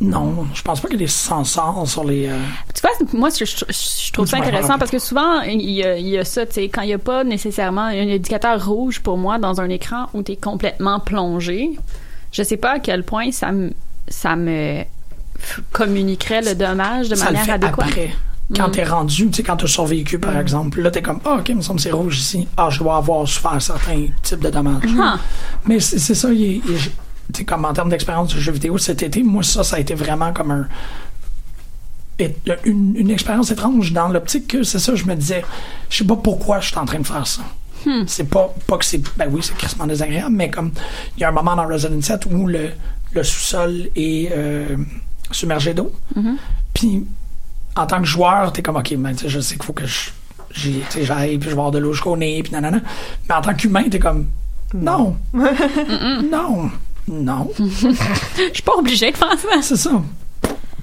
Speaker 5: Non, je pense pas qu'il y ait des sensors sur les. euh,
Speaker 9: Tu vois, moi, je, je- je trouve ça
Speaker 5: Ouais, ouais,
Speaker 9: intéressant
Speaker 5: ouais.
Speaker 9: parce que souvent, il y a, il y a ça, tu sais, quand il n'y a pas nécessairement un indicateur rouge pour moi dans un écran où tu es complètement plongé, je sais pas à quel point ça me, ça me f- communiquerait le dommage de
Speaker 5: ça le
Speaker 9: manière
Speaker 5: fait
Speaker 9: adéquate.
Speaker 5: après. Quand
Speaker 9: Mm.
Speaker 5: t'es rendu, tu sais, quand t'as survécu, par exemple, là, t'es comme, ah, ok, il me semble que c'est rouge ici. Ah, je dois avoir souffert certains types de dommages.
Speaker 9: Ah.
Speaker 5: Mais c'est c'est ça, il est- il est- tu sais, comme en termes d'expérience du jeu vidéo cet été, moi, ça, ça a été vraiment comme un. et- Une, une expérience étrange dans l'optique que c'est ça, je me disais, je sais pas pourquoi je suis en train de faire ça.
Speaker 9: Hmm.
Speaker 5: C'est pas, pas que c'est. Ben oui, c'est crissement désagréable, mais comme il y a un moment dans Resident 7 où le, le sous-sol est euh, submergé d'eau. Puis, en tant que joueur, t'es comme, OK, ben, tu sais, je sais qu'il faut que je, j'ai- tu sais, j'aille, puis je vais avoir de l'eau jusqu'au nez, puis nanana. Mais en tant qu'humain, t'es comme, non. non. Non.
Speaker 9: Mm. Je suis pas obligé de faire ça.
Speaker 5: C'est ça.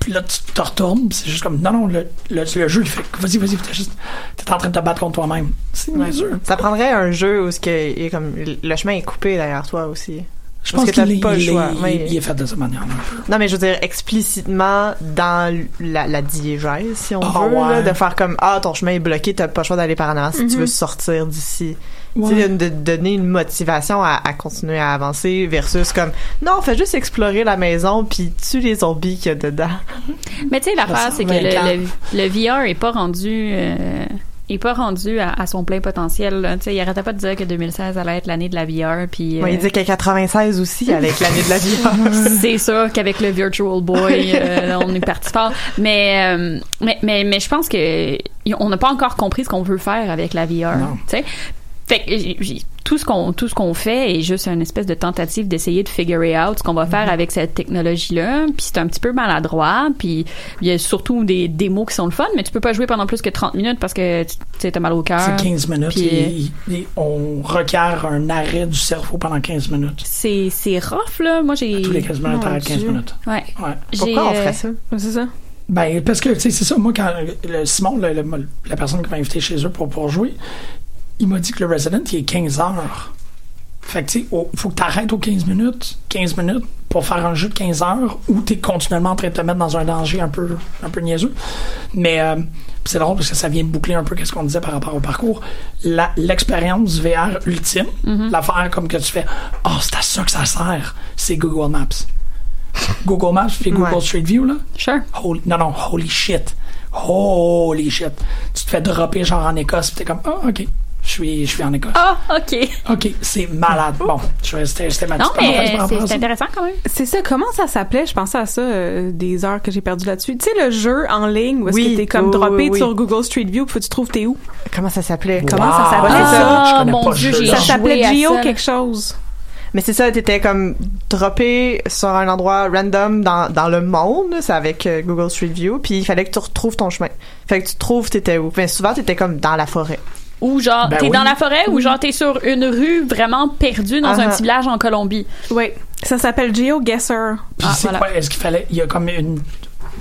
Speaker 5: Puis là, tu te retournes, puis c'est juste comme, non, non, le, le, le jeu, il fait, vas-y, vas-y, puis t'es juste, t'es en train de te battre contre toi-même. C'est bien sûr.
Speaker 8: Ça prendrait un jeu où ce que, il est comme, le chemin est coupé derrière toi aussi.
Speaker 5: Je
Speaker 8: Parce
Speaker 5: pense
Speaker 8: que t'as
Speaker 5: qu'il est,
Speaker 8: pas le
Speaker 5: il est-
Speaker 8: choix.
Speaker 5: il-
Speaker 8: Oui.
Speaker 5: il est fait de cette manière.
Speaker 8: Non, mais je veux dire, explicitement dans la, la diégèse, si on
Speaker 5: Ah,
Speaker 8: veut, là,
Speaker 5: ouais.
Speaker 8: de faire comme Ah, ton chemin est bloqué, t'as pas le choix d'aller par en avant si tu
Speaker 5: Mhm.
Speaker 8: veux sortir d'ici.
Speaker 5: Ouais.
Speaker 8: Tu sais, de, de donner une motivation à, à continuer à avancer versus comme Non, fais juste explorer la maison puis tue les zombies qu'il y a dedans.
Speaker 9: Mais tu sais, l'affaire, c'est que le,
Speaker 8: 224.
Speaker 9: le, le VR est pas rendu. euh, est pas rendu à, à son plein potentiel. là. Tu sais, il arrêtait pas de dire que 2016 allait être l'année de la VR. Puis,
Speaker 8: Ouais,
Speaker 9: euh,
Speaker 8: il dit qu'à 96 aussi, avec l'année de la vie.
Speaker 9: C'est sûr qu'avec le Virtual Boy, euh, on est parti fort. Mais, euh, mais, mais, mais je pense que y- on n'a pas encore compris ce qu'on veut faire avec la VR.
Speaker 7: Non.
Speaker 9: tu sais. Fait que j'ai- j'ai- tout ce qu'on tout ce qu'on fait est juste une espèce de tentative d'essayer de figurer out ce qu'on va faire avec cette technologie là puis c'est un petit peu maladroit puis il y a surtout des démos qui sont le fun mais tu peux pas jouer pendant plus que 30 minutes parce que tu tu sais, t'as mal au
Speaker 8: Ah.
Speaker 9: cœur
Speaker 5: C'est 15 minutes,
Speaker 9: Puis-
Speaker 5: et- et on requiert un arrêt du cerveau pendant 15 minutes.
Speaker 9: c'est c'est rough là moi j'ai
Speaker 5: Tous les 15 minutes,
Speaker 9: Mon
Speaker 5: t'arrêtes 15
Speaker 9: Dieu.
Speaker 5: minutes.
Speaker 9: ouais,
Speaker 5: Pourquoi
Speaker 9: J'ai,
Speaker 5: on ferait
Speaker 9: euh,
Speaker 8: ça?
Speaker 7: C'est ça.
Speaker 5: Ben, parce que, tu sais, c'est ça, moi, quand le- Simon, le- le- la personne qui m'a invité chez eux pour, pour jouer, il m'a dit que le Resident, il est 15 heures. Fait que, tu sais, au- faut que t'arrêtes aux 15 minutes, 15 minutes, pour faire un jeu de 15 heures où t'es continuellement en train de te mettre dans un danger un peu, un peu niaiseux. Mais, euh, pis c'est drôle parce que ça vient boucler un peu qu'est-ce qu'on disait par rapport au parcours. La- L'expérience VR ultime, l'affaire comme que tu fais, oh, c'est à ça que ça sert, c'est Google Maps. Google Maps puis Google
Speaker 8: Ouais.
Speaker 5: Street View, là.
Speaker 9: Sure.
Speaker 5: Holy, non, non, holy shit. Holy shit. Tu te fais dropper genre en Écosse, pis t'es comme, ah, ok, je suis, je suis en Écosse.
Speaker 9: Ah, OK.
Speaker 5: Ok, c'est malade. Bon, je vais- c'était c'était ma
Speaker 9: non
Speaker 5: petite parenthèse
Speaker 9: mais
Speaker 5: par rapport
Speaker 9: c'est
Speaker 5: à
Speaker 9: c'est
Speaker 5: ça.
Speaker 9: intéressant quand même
Speaker 7: C'est ça, comment ça s'appelait? Je pensais à ça, euh, des heures que j'ai perdu là-dessus. Tu sais, le jeu en ligne où est-ce
Speaker 8: Oui.
Speaker 7: que t'es comme
Speaker 8: Oui,
Speaker 7: droppé
Speaker 8: oui, Ah, oui.
Speaker 7: sur Google Street View, puis tu trouves t'es où?
Speaker 8: Comment ça s'appelait?
Speaker 7: Comment ça s'appelait ça?
Speaker 9: Ah,
Speaker 7: Ça s'appelait Geo quelque chose.
Speaker 8: Mais c'est ça, t'étais comme droppé sur un endroit random dans, dans le monde, c'est avec euh, Google Street View, puis il fallait que tu retrouves ton chemin. Fait que tu trouves t'étais où. Mais souvent t'étais comme dans la forêt.
Speaker 9: Ou genre,
Speaker 8: Ben
Speaker 9: t'es
Speaker 8: oui.
Speaker 9: dans la forêt ou genre, t'es sur une rue vraiment perdue dans un
Speaker 8: Ah.
Speaker 9: petit village en Colombie.
Speaker 7: Oui. Ça s'appelle GeoGuessr.
Speaker 5: Puis c'est quoi, est-ce qu'il fallait, il y a comme une,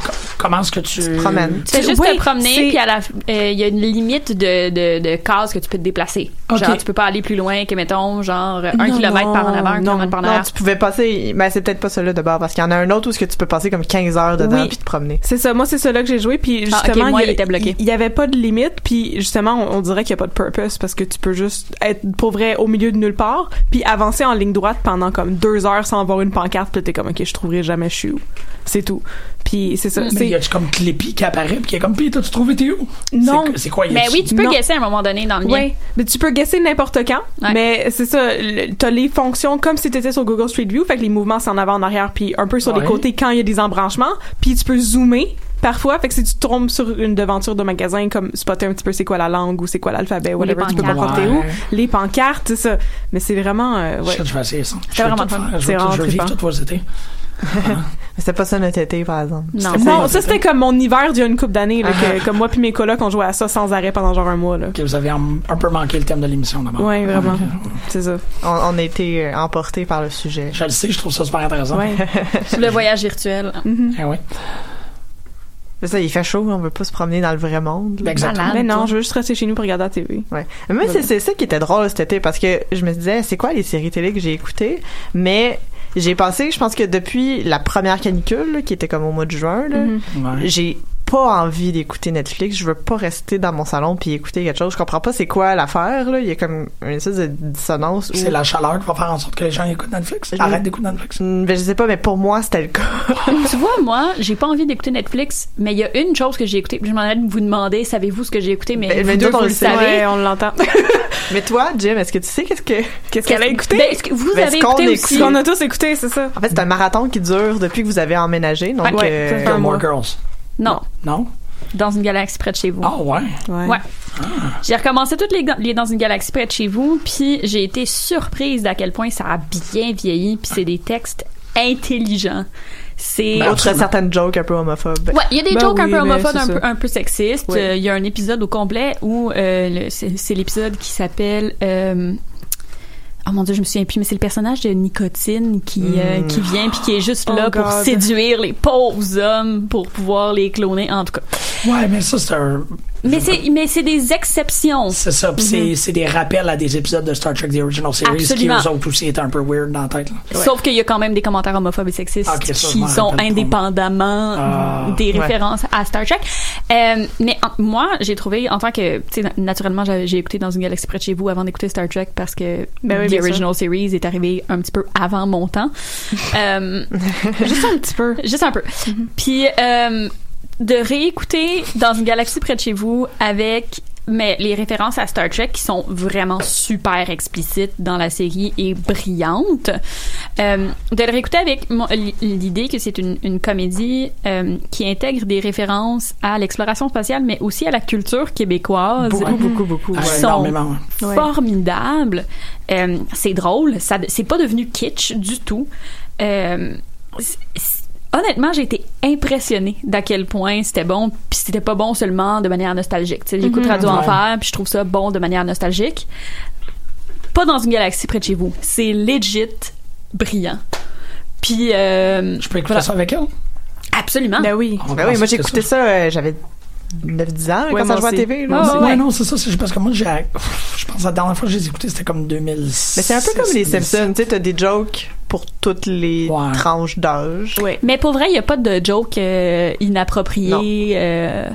Speaker 5: comme- comment est-ce que tu...
Speaker 8: te promènes.
Speaker 9: Tu fais juste
Speaker 5: Oui,
Speaker 9: te promener,
Speaker 5: c'est-
Speaker 9: puis à la f- euh, il y a une limite de, de, de cases que tu peux te déplacer.
Speaker 8: Ok.
Speaker 9: Genre, tu peux pas aller plus loin que, mettons, genre, un
Speaker 8: Non,
Speaker 9: kilomètre par en
Speaker 8: non,
Speaker 9: avant, un
Speaker 8: non,
Speaker 9: kilomètre par en
Speaker 8: non,
Speaker 9: arrière.
Speaker 8: tu pouvais passer, mais c'est peut-être pas celui-là de bord, parce qu'il y en a un autre où ce que tu peux passer comme 15 heures dedans
Speaker 7: Oui.
Speaker 8: puis te promener.
Speaker 7: C'est ça, moi c'est ça là que j'ai joué puis
Speaker 8: Ah,
Speaker 7: justement
Speaker 8: ok, moi, il
Speaker 7: y a-
Speaker 8: était bloqué.
Speaker 7: il y avait pas de limite puis justement on, on dirait qu'il y a pas de purpose parce que tu peux juste être pour vrai au milieu de nulle part puis avancer en ligne droite pendant comme deux heures sans avoir une pancarte puis là, t'es comme ok je trouverai jamais je suis où c'est tout puis c'est ça
Speaker 5: Mais
Speaker 7: c'est
Speaker 5: il y a comme Clippy qui apparaît, puis qui est comme, puis t'as-tu trouvé t'es où? Non. C'est quoi? il y a-
Speaker 9: Mais oui, tu peux
Speaker 7: Non.
Speaker 9: guesser à un moment donné dans le lien.
Speaker 7: Ouais, mais tu peux guesser n'importe quand. Mais c'est ça, le- t'as les fonctions comme si t'étais sur Google Street View, fait que les mouvements c'est en avant, en arrière, puis un peu sur
Speaker 9: Ouais.
Speaker 7: les côtés quand il y a des embranchements, puis tu peux zoomer parfois, fait que si tu tombes sur une devanture de magasin, comme spotter un petit peu c'est quoi la langue ou c'est quoi l'alphabet,
Speaker 9: Ou les
Speaker 7: whatever, tu peux
Speaker 9: pancartes.
Speaker 7: comprendre t'es
Speaker 5: Ouais.
Speaker 7: où, les pancartes, c'est ça. Mais c'est vraiment, euh, ouais.
Speaker 5: Shit, je vais essayer ça.
Speaker 7: C'était
Speaker 5: Je vais
Speaker 7: vraiment
Speaker 5: tout
Speaker 7: fun.
Speaker 5: faire. Je
Speaker 7: C'est
Speaker 5: vais tout-
Speaker 7: vraiment
Speaker 5: je vais vivre
Speaker 7: trippant.
Speaker 5: tout vos étés.
Speaker 8: C'était pas ça notre été, par exemple.
Speaker 7: Non, Non, ça c'était comme mon hiver d'il y a une couple d'années, là, que- comme moi puis mes colocs on jouait à ça sans arrêt pendant genre un mois, là.
Speaker 5: Que vous avez un, un peu manqué le thème de l'émission d'abord.
Speaker 7: Ouais, vraiment. C'est ça.
Speaker 8: On, on a été euh, emportés par le sujet.
Speaker 5: Je le sais, je trouve ça super intéressant.
Speaker 8: Ouais.
Speaker 9: Sur le voyage virtuel.
Speaker 5: Ah ouais.
Speaker 8: Mais ça, il fait chaud, on veut pas se promener dans le vrai monde.
Speaker 9: Ben, exactement. Malade,
Speaker 7: Mais non,
Speaker 9: toi.
Speaker 7: je veux juste rester chez nous pour regarder la TV.
Speaker 8: Ouais. Mais moi, c'est- c'est ça qui était drôle cet été parce que je me disais, c'est quoi les séries télé que j'ai écoutées? Mais j'ai passé, je pense que depuis la première canicule, là, qui était comme au mois de juin, là,
Speaker 5: Mhm. Ouais.
Speaker 8: j'ai pas envie d'écouter Netflix. Je veux pas rester dans mon salon puis écouter quelque chose. Je comprends pas c'est quoi l'affaire. là. Il y a comme une espèce de dissonance. où-
Speaker 5: C'est la chaleur qui va faire en sorte que les gens écoutent Netflix.
Speaker 8: Je-
Speaker 5: Arrête d'écouter Netflix.
Speaker 8: Mm, ben, je sais pas, mais pour moi, c'était le cas.
Speaker 9: tu vois, moi, j'ai pas envie d'écouter Netflix, mais il y a une chose que j'ai écoutée, puis je m'en allais vous demander, savez-vous ce que j'ai écouté, mais,
Speaker 8: Ben,
Speaker 9: vous
Speaker 8: mais
Speaker 9: deux,
Speaker 8: nous, on
Speaker 9: vous
Speaker 8: le
Speaker 9: le
Speaker 8: sait.
Speaker 9: savez.
Speaker 8: Ouais,
Speaker 7: on l'entend.
Speaker 8: mais toi, Jim, est-ce que tu sais qu'est-ce que
Speaker 7: qu'est-ce qu'elle a écouté?
Speaker 9: Ben, est-ce que vous
Speaker 8: Ben,
Speaker 9: avez
Speaker 8: ce qu'on
Speaker 9: écouté
Speaker 8: a
Speaker 9: aussi?
Speaker 8: écouté.
Speaker 7: On a tous écouté, c'est ça.
Speaker 8: En fait, c'est un marathon qui dure depuis que vous avez emménagé. Donc,
Speaker 9: Ouais,
Speaker 8: euh,
Speaker 9: ça fait un mois.
Speaker 5: Girls.
Speaker 9: Non.
Speaker 5: Non?
Speaker 9: Dans une galaxie près de chez vous.
Speaker 5: Ah ouais?
Speaker 7: Ouais.
Speaker 9: J'ai recommencé toutes les, ga- les Dans une galaxie près de chez vous, puis j'ai été surprise d'à quel point ça a bien vieilli, puis c'est des textes intelligents. C'est...
Speaker 8: Ben, Autre certaines jokes un peu homophobes.
Speaker 9: Ouais, il y a des
Speaker 8: Ben
Speaker 9: jokes un
Speaker 8: oui,
Speaker 9: peu
Speaker 8: mais
Speaker 9: homophobes,
Speaker 8: c'est
Speaker 9: un
Speaker 8: ça.
Speaker 9: peu, un peu sexistes.
Speaker 8: Oui.
Speaker 9: Euh, Il y a un épisode au complet où euh, le- c'est c'est l'épisode qui s'appelle. euh, Oh mon dieu, je me souviens plus, mais c'est le personnage de Nicotine qui, euh,
Speaker 8: Hmm.
Speaker 7: Mm.
Speaker 9: qui vient puis qui est juste
Speaker 7: Oh
Speaker 9: là pour
Speaker 7: God.
Speaker 9: séduire les pauvres hommes pour pouvoir les cloner, en tout cas.
Speaker 5: Ouais, mais ça, c'est un.
Speaker 8: Hmm.
Speaker 9: Mais c'est mais c'est des exceptions.
Speaker 5: C'est ça, puis c'est-
Speaker 9: Mhm.
Speaker 5: c'est des rappels à des épisodes de Star Trek The Original Series
Speaker 9: Absolument.
Speaker 5: qui, eux autres aussi, étaient un peu weird dans la tête. là.
Speaker 9: Sauf qu'il y a quand même des commentaires homophobes et sexistes
Speaker 5: Ah, Ok, ça, je m'en
Speaker 9: qui sont
Speaker 5: rappelle pas.
Speaker 9: indépendamment
Speaker 5: Ah.
Speaker 9: des
Speaker 5: Ouais.
Speaker 9: références à Star Trek. Euh, mais en- moi, j'ai trouvé, en tant que, tu sais, na- naturellement, j'avais- j'ai écouté dans une galaxie près de chez vous avant d'écouter Star Trek parce que
Speaker 7: Ben oui,
Speaker 9: The
Speaker 7: bien
Speaker 9: Original Series est arrivé un petit peu avant mon temps. Euh,
Speaker 7: Juste un petit peu. Mm-hmm.
Speaker 9: Juste un peu. Puis euh, de réécouter dans une galaxie près de chez vous avec mais les références à Star Trek qui sont vraiment super explicites dans la série et brillantes. Euh, de le réécouter avec mon- l'idée que c'est une, une comédie euh, qui intègre des références à l'exploration spatiale, mais aussi à la culture québécoise.
Speaker 8: Beaucoup, beaucoup, beaucoup.
Speaker 9: Qui
Speaker 8: Ouais,
Speaker 9: sont
Speaker 8: énormément, ouais.
Speaker 9: formidables. Euh, c'est drôle. Ça, c'est pas devenu kitsch du tout. Euh, c- c- Honnêtement, j'ai été impressionnée d'à quel point c'était bon, puis c'était pas bon seulement de manière nostalgique. Tu sais, J'écoute
Speaker 7: Mhm.
Speaker 9: Radio
Speaker 7: Ouais.
Speaker 9: Enfer, puis je trouve ça bon de manière nostalgique. Pas dans une galaxie près de chez vous. C'est legit brillant. Puis. je
Speaker 5: peux écouter ça avec elle?
Speaker 9: Absolument.
Speaker 7: Ben
Speaker 5: Ah,
Speaker 7: oui.
Speaker 8: Ben oui, moi j'ai écouté ça, euh, j'avais 9-10 ans
Speaker 5: Ouais,
Speaker 8: quand ça
Speaker 5: moi
Speaker 8: jouait à
Speaker 5: aussi.
Speaker 8: la TV.
Speaker 5: Ouais,
Speaker 8: là.
Speaker 5: ouais, non, c'est ça. C'est parce que moi, j'ai. Je pense que la dernière fois que je les ai écoutés, c'était comme 2006.
Speaker 8: Mais c'est un peu comme les Simpsons,
Speaker 5: 2007.
Speaker 8: tu sais, t'as des jokes pour toutes les tranches d'âge.
Speaker 9: Mais pour vrai, il n'y a pas de joke euh, inapproprié. euh,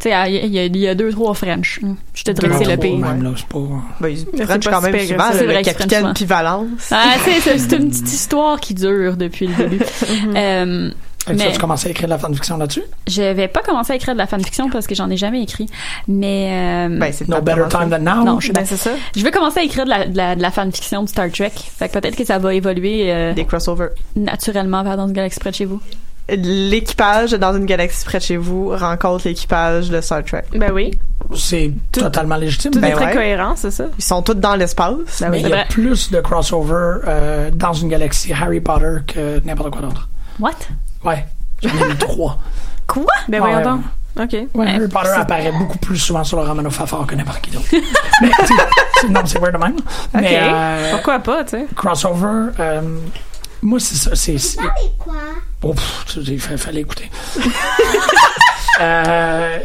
Speaker 9: tu sais, il y, a- il y a deux, trois French. Mm. Je te dirais que c'est le pire.
Speaker 5: Même, là, c'est pas...
Speaker 8: Ben, ils
Speaker 9: Mais
Speaker 8: prennent
Speaker 9: c'est
Speaker 8: quand
Speaker 9: pas
Speaker 8: même
Speaker 9: si pire,
Speaker 8: souvent
Speaker 9: c'est
Speaker 8: là,
Speaker 9: vrai
Speaker 8: le
Speaker 9: qu'ils
Speaker 8: capitaine
Speaker 9: prennent
Speaker 8: puis Valence.
Speaker 9: Ah, c'est, c'est- c'est une petite histoire qui dure depuis le début. Euh,
Speaker 5: Fait que ça,
Speaker 9: mais
Speaker 5: tu commences à écrire de la fanfiction là-dessus?
Speaker 9: je vais pas commencer à écrire de la fanfiction parce que j'en ai jamais écrit. Mais euh,
Speaker 5: Ben, c'est No pas better commencer. time than now.
Speaker 9: Non, je suis
Speaker 5: Ben,
Speaker 9: d'accord.
Speaker 5: c'est ça.
Speaker 9: Je veux commencer à écrire de la, de la, de la fanfiction de Star Trek. Fait que peut-être que ça va évoluer euh,
Speaker 8: Des crossovers.
Speaker 9: naturellement vers dans une galaxie près de chez vous.
Speaker 8: L'équipage dans une galaxie près de chez vous rencontre l'équipage de Star Trek.
Speaker 7: Ben oui.
Speaker 5: C'est totalement légitime. Ben
Speaker 8: tout est très
Speaker 7: cohérent, c'est ça.
Speaker 8: Ils sont tous dans l'espace.
Speaker 5: Mais il y a plus de crossover euh, dans une galaxie Harry Potter que n'importe quoi d'autre.
Speaker 9: What?
Speaker 5: Ouais. J'en ai mis trois.
Speaker 9: Quoi?
Speaker 7: Ben
Speaker 5: Ouais,
Speaker 7: voyons
Speaker 5: ouais.
Speaker 7: donc. OK.
Speaker 5: Ouais, Harry Potter apparaît beaucoup plus souvent sur le Romano Fafard que n'importe qui d'autre. Mais, tu sais, c'est- non, c'est vrai de même.
Speaker 7: OK.
Speaker 5: Mais, euh,
Speaker 7: Pourquoi pas, tu sais?
Speaker 5: crossover, euh, Moi, c'est ça. C'est, c'est-
Speaker 6: quoi?
Speaker 5: Oh, pff, tu- il fa- fallait écouter. Euh,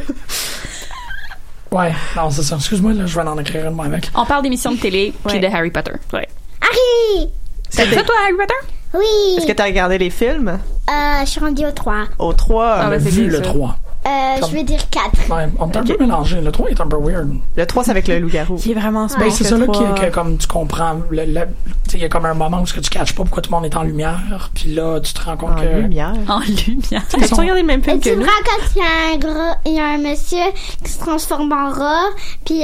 Speaker 5: Ouais, non, c'est ça. Excuse-moi, là, je vais en écrire une, moi, avec.
Speaker 9: On parle d'émissions de télé puis de Harry Potter. Ouais.
Speaker 6: Harry!
Speaker 9: T'as vu ça, toi, Harry Potter?
Speaker 6: Oui!
Speaker 8: Est-ce que t'as regardé les films?
Speaker 6: Euh, je suis rendue au 3.
Speaker 8: Au 3.
Speaker 9: Ah, ben,
Speaker 5: On a vu le 3.
Speaker 6: Euh,
Speaker 5: Comme-
Speaker 6: je veux dire 4.
Speaker 5: Ouais, on est un peu mélangé. Le 3 est un peu weird.
Speaker 8: Le 3, c'est avec le loup-garou. Ah,
Speaker 7: Il est vraiment
Speaker 5: Ben, c'est ça là qui- que, comme tu comprends. le- le- tu sais, Il y a comme un moment où ce que tu catches pas pourquoi tout le monde est en lumière, puis là tu te rends compte
Speaker 8: En
Speaker 5: que.
Speaker 8: lumière.
Speaker 9: En lumière.
Speaker 5: Ils sont-
Speaker 8: le même
Speaker 6: Et tu me racontes qu'il y a un gros, il y a un monsieur qui se transforme en rat, puis euh,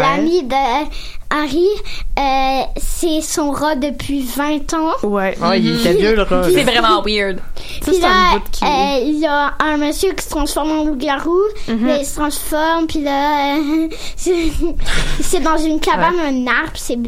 Speaker 6: l'ami de Harry, euh, c'est son rat depuis 20 ans.
Speaker 8: Ouais. Ouais, il était vieux, le rat.
Speaker 9: C'est vraiment weird.
Speaker 8: Ça,
Speaker 6: Puis
Speaker 8: c'est un
Speaker 6: là,
Speaker 8: bout qui-
Speaker 6: euh, il y a un monsieur qui se transforme en loup-garou, mais il se transforme, puis là, euh, c'est c'est dans une cabane, un arbre, puis c'est...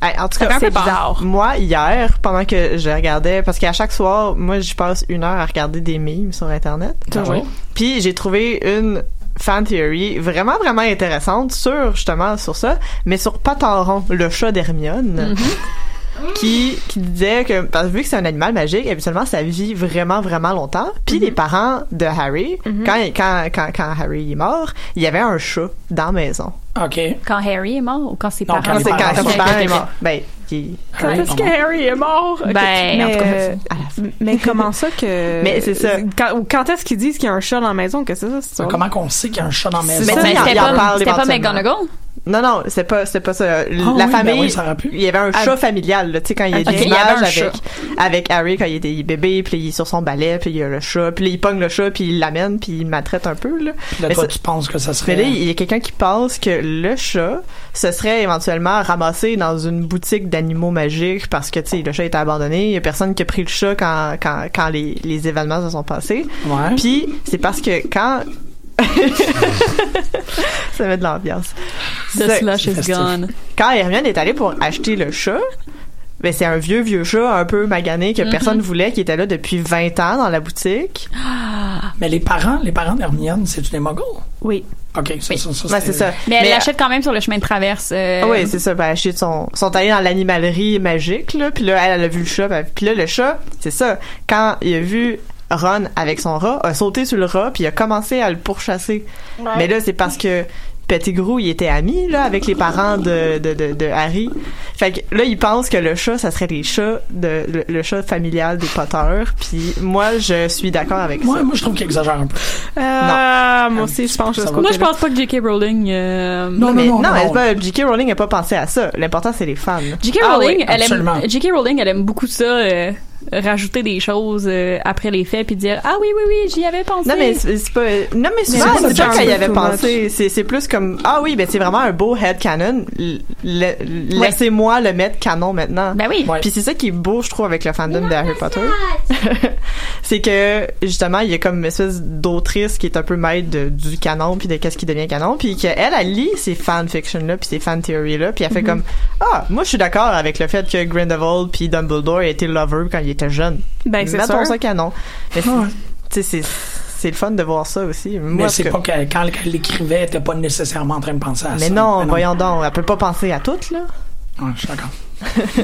Speaker 8: Hey, en tout
Speaker 9: Ça
Speaker 8: cas,
Speaker 9: fait un
Speaker 8: c'est
Speaker 9: peu peur.
Speaker 8: bizarre. Moi, hier, pendant que je regardais, parce qu'à chaque soir, moi, je passe une heure à regarder des mimes sur Internet.
Speaker 5: Toujours. oui.
Speaker 8: Puis j'ai trouvé une fan theory vraiment, vraiment intéressante sur, justement, sur ça, mais sur Pataron, le chat d'Hermione. Qui, qui disait que parce que vu que c'est un animal magique, habituellement ça vit vraiment vraiment longtemps. Puis les parents de Harry, quand, quand quand quand Harry est mort, il y avait un chat dans la maison.
Speaker 5: Ok.
Speaker 9: Quand Harry est mort ou quand ses
Speaker 5: Non,
Speaker 9: Ah, parents
Speaker 5: quand
Speaker 8: C'est quand
Speaker 5: parents
Speaker 8: quand
Speaker 5: sont
Speaker 8: son père est mort. Ben, il-
Speaker 7: Quand
Speaker 5: Harry,
Speaker 7: est-ce que
Speaker 5: non, non.
Speaker 7: Harry est mort? Ok,
Speaker 9: Ben, en
Speaker 8: tout
Speaker 7: mais,
Speaker 8: cas,
Speaker 7: euh,
Speaker 8: à la fin.
Speaker 7: mais comment ça que...
Speaker 8: Mais c'est ça.
Speaker 7: Quand, ou quand est-ce qu'ils disent qu'il y a un chat dans la maison? Que c'est ça, c'est ça?
Speaker 5: Comment qu'on sait qu'il y a un chat dans la
Speaker 8: C'est
Speaker 5: maison?
Speaker 9: Mais
Speaker 8: ça,
Speaker 9: ben,
Speaker 8: il en-
Speaker 9: c'était
Speaker 8: il en
Speaker 9: pas,
Speaker 8: parle
Speaker 9: c'était pas
Speaker 8: éventuellement.
Speaker 9: McGonagall?
Speaker 8: Non, non, c'est pas, c'est pas ça. L-
Speaker 5: Ah
Speaker 8: la
Speaker 5: oui,
Speaker 8: famille,
Speaker 5: ben oui, ça aurait pu.
Speaker 8: il y avait un
Speaker 5: Ah.
Speaker 8: chat familial, là, tu sais, quand il y a
Speaker 9: Ok,
Speaker 8: des
Speaker 9: il y avait un
Speaker 8: images
Speaker 9: chat.
Speaker 8: avec, avec Harry quand il était bébé, puis il est sur son balai, puis il y a le chat, puis là, il pogne le chat, puis il l'amène, puis il le maltraite un peu, là.
Speaker 5: Puis là,
Speaker 8: Mais
Speaker 5: toi,
Speaker 8: ça-
Speaker 5: tu penses que ça
Speaker 8: mais
Speaker 5: serait.
Speaker 8: là, il y a quelqu'un qui pense que le chat se serait éventuellement ramassé dans une boutique d'animaux magiques parce que, tu sais, le chat était abandonné. Il y a personne qui a pris le chat quand, quand, quand les, les événements se sont passés.
Speaker 5: Ouais.
Speaker 8: Puis, c'est parce que quand... ça met de l'ambiance.
Speaker 9: The
Speaker 8: C'est-
Speaker 9: slush is
Speaker 5: festif.
Speaker 9: gone.
Speaker 8: Quand Hermione est allée pour acheter le chat, ben c'est un vieux, vieux chat un peu magané
Speaker 9: Mm-hmm.
Speaker 8: que personne voulait, qui était là depuis 20 ans dans la boutique.
Speaker 5: Mais les parents, les parents d'Hermione, c'est des muggles.
Speaker 8: Oui.
Speaker 5: Ok, ça, ça, ça,
Speaker 8: Ben, c'est ça.
Speaker 9: Mais elle
Speaker 8: Mais-
Speaker 9: l'achète quand même sur le chemin de traverse. euh,
Speaker 8: Ah oui, c'est ça. Ben, elle chute son, sont allés dans l'animalerie magique, là. Puis là, elle, elle a vu le chat. ben, puis là, le chat, c'est ça. Quand il a vu Ron avec son rat, a sauté sur le rat, puis il a commencé à le pourchasser. Mais là, c'est parce que Pettigrew, il était ami, là, avec les parents de, de, de, de Harry. Fait que là, il pense que le chat, ça serait les chats, de, le, le chat familial des Potter. Puis moi, je suis d'accord avec
Speaker 5: Moi,
Speaker 8: ça.
Speaker 5: moi, je trouve qu'il exagère un peu.
Speaker 7: Euh, moi aussi, je pense que
Speaker 5: Ça
Speaker 7: je
Speaker 5: va.
Speaker 9: Moi, je pense pas que J.K. Rowling. euh,
Speaker 5: Non,
Speaker 8: mais
Speaker 5: non, non.
Speaker 8: non,
Speaker 5: non,
Speaker 8: elle- pas- J.K. Rowling n'a pas pensé à ça. L'important, c'est les fans.
Speaker 9: J.K.
Speaker 5: Ah
Speaker 9: Rowling,
Speaker 5: oui,
Speaker 9: elle
Speaker 5: absolument.
Speaker 9: aime, J.K. Rowling, elle aime beaucoup ça, euh, rajouter des choses euh, après les faits puis dire ah oui oui oui j'y avais pensé.
Speaker 8: Non mais c'est c'est pas non mais souvent
Speaker 7: ça,
Speaker 8: c'est
Speaker 7: c'est
Speaker 8: pas
Speaker 7: un
Speaker 8: qu'elle y
Speaker 7: peu
Speaker 8: avait
Speaker 7: too
Speaker 8: pensé, c'est c'est plus comme ah oui, ben c'est vraiment un beau head canon. L- le- Laissez-moi le mettre canon maintenant.
Speaker 9: ben oui.
Speaker 5: Ouais.
Speaker 8: Puis c'est ça qui est beau, je trouve, avec le fandom de Harry Potter. c'est que, justement, il y a comme une espèce d'autrice qui est un peu maître de- du canon, puis de qu'est-ce qui devient canon, puis qu'elle, elle lit ces fanfictions-là, puis ces fan theories-là, puis elle
Speaker 7: Mm-hmm.
Speaker 8: fait comme « Ah, moi, je suis d'accord avec le fait que Grindelwald puis Dumbledore étaient lover quand ils étaient jeunes.
Speaker 7: Ben, c'est
Speaker 8: Mettons
Speaker 7: sûr.
Speaker 8: ça canon. » Mais c'est-
Speaker 5: Ouais.
Speaker 8: tu sais, c'est- c'est le fun de voir ça aussi. Moi,
Speaker 5: Mais
Speaker 8: en
Speaker 5: c'est
Speaker 8: tout
Speaker 5: pas
Speaker 8: cas-
Speaker 5: qu'elle, quand elle l'écrivait, elle était pas nécessairement en train de penser à
Speaker 8: mais
Speaker 5: ça.
Speaker 8: non, voyons donc, elle peut pas penser à toutes, là.
Speaker 5: Ouais, je suis d'accord.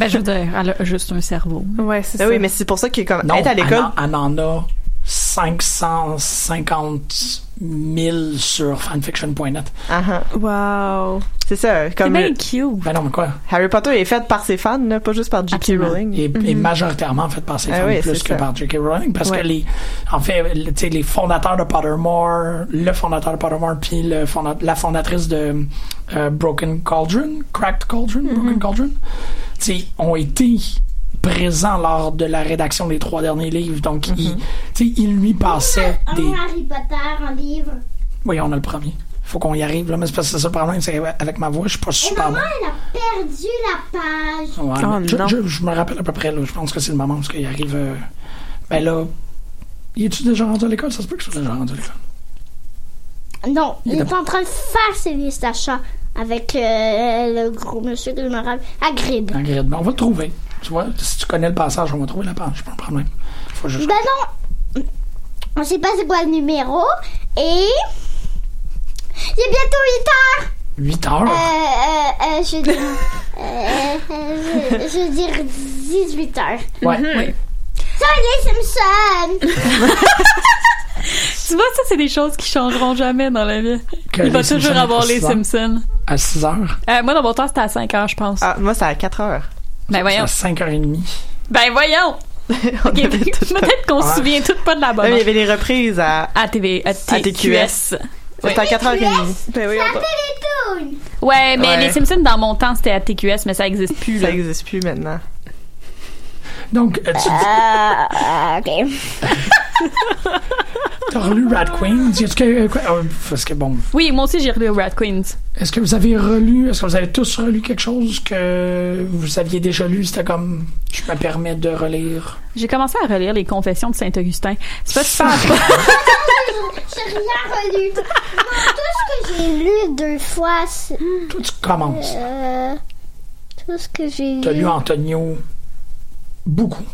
Speaker 9: Ben je veux dire, elle a juste un cerveau.
Speaker 7: Ouais, c'est
Speaker 8: Ah
Speaker 7: ça.
Speaker 8: oui, mais c'est pour ça qu'il est comme
Speaker 5: Non,
Speaker 8: être à l'école.
Speaker 5: Elle, en- elle en a 550 000 sur fanfiction.net.
Speaker 8: Ah, ah.
Speaker 7: Wow. Eh
Speaker 8: C'est ça,
Speaker 9: C'est
Speaker 8: comme
Speaker 9: bien cute.
Speaker 5: Ben non, mais quoi?
Speaker 8: Harry Potter est fait par ses fans, là, pas juste par J.K.
Speaker 9: Absolument.
Speaker 8: Rowling.
Speaker 5: Et, et majoritairement fait par ses
Speaker 8: Mm-hmm. Ah
Speaker 5: fans
Speaker 8: oui,
Speaker 5: plus
Speaker 8: c'est
Speaker 5: que
Speaker 8: ça.
Speaker 5: par J.K. Rowling parce
Speaker 8: Ouais.
Speaker 5: que les, en fait, le- tu sais, les fondateurs de Pottermore, le fondateur de Pottermore, puis le fonda- la fondatrice de euh, Broken Cauldron, Cracked Cauldron,
Speaker 8: Mm-hmm.
Speaker 5: Broken Cauldron, tu sais, ont été présents lors de la rédaction des trois derniers livres. Donc,
Speaker 8: Mm-hmm.
Speaker 5: ils- tu sais, ils lui passaient des.
Speaker 6: Harry Potter en livre.
Speaker 5: Oui, on a le premier. Faut qu'on y arrive, là, mais c'est parce que c'est ça le problème, c'est avec ma voix, je suis pas super bon.
Speaker 6: elle a perdu la page.
Speaker 5: Ouais,
Speaker 7: Oh,
Speaker 5: mais je,
Speaker 7: non.
Speaker 5: je- je me rappelle à peu près, là. Je pense que c'est le moment où est-ce qu'il arrive. euh, ben là. Y es-tu déjà rendu à l'école? Ça se peut que je sois déjà rendu à l'école.
Speaker 6: Non, il
Speaker 5: Il
Speaker 6: est en train de faire ses listes d'achats avec euh, le gros monsieur que je me rappelle. Hagrid.
Speaker 5: Dans Grid. Ben, on va le trouver. Tu vois, si tu connais le passage, on va trouver la page. Pas de problème. Faut juste.
Speaker 6: Ben non, on sait pas c'est quoi le numéro et... Il est bientôt 8 heures!
Speaker 5: 8 heures.
Speaker 6: Euh, euh, euh, je dis... euh, je, je veux dire 18 heures.
Speaker 9: Ouais. Mhm. Oui.
Speaker 6: Ça, les Simpsons!
Speaker 9: Tu vois, ça, c'est des choses qui changeront jamais dans la vie.
Speaker 5: Que
Speaker 9: Il va
Speaker 5: les
Speaker 9: toujours
Speaker 5: Simpsons
Speaker 9: avoir
Speaker 5: à
Speaker 9: les
Speaker 5: six heures.
Speaker 9: Simpsons.
Speaker 5: À 6 heures.
Speaker 9: Euh, moi, dans mon temps, c'était à 5 heures, je pense.
Speaker 8: Ah, moi, c'est à 4 heures.
Speaker 9: Ben voyons.
Speaker 5: À 5h30.
Speaker 9: Ben voyons! Ok, peut-être qu'on se souvient toutes pas de la bonne.
Speaker 8: Là, il y avait les reprises à,
Speaker 9: à, TV, à,
Speaker 8: TQS. C'était à
Speaker 9: Oui.
Speaker 8: 4h30.
Speaker 7: Ben oui, on va-
Speaker 6: Télétoon!
Speaker 9: Ouais, mais
Speaker 8: Ouais.
Speaker 9: les Simpsons, dans mon temps, c'était à TQS, mais ça existe plus,
Speaker 8: Ça
Speaker 9: là.
Speaker 8: n'existe plus maintenant.
Speaker 5: Donc, euh, tu
Speaker 6: Ah, ah, ok.
Speaker 5: as relu Rat Queens. Y a-tu que- quoi- euh, Parce que bon,
Speaker 9: Oui, moi aussi, j'ai relu Rat Queens.
Speaker 5: est-ce que vous avez relu, est-ce que vous avez tous relu quelque chose que vous aviez déjà lu? C'était comme, je me permets de relire.
Speaker 9: J'ai commencé à relire les Confessions de Saint-Augustin. C'est pas super.
Speaker 6: J'ai rien relu. Non, tout ce que j'ai lu deux fois, c'est.
Speaker 5: Toi, tu commences.
Speaker 6: euh, tout ce que j'ai
Speaker 5: T'as
Speaker 6: lu.
Speaker 5: lu
Speaker 6: En...
Speaker 5: Antonio beaucoup.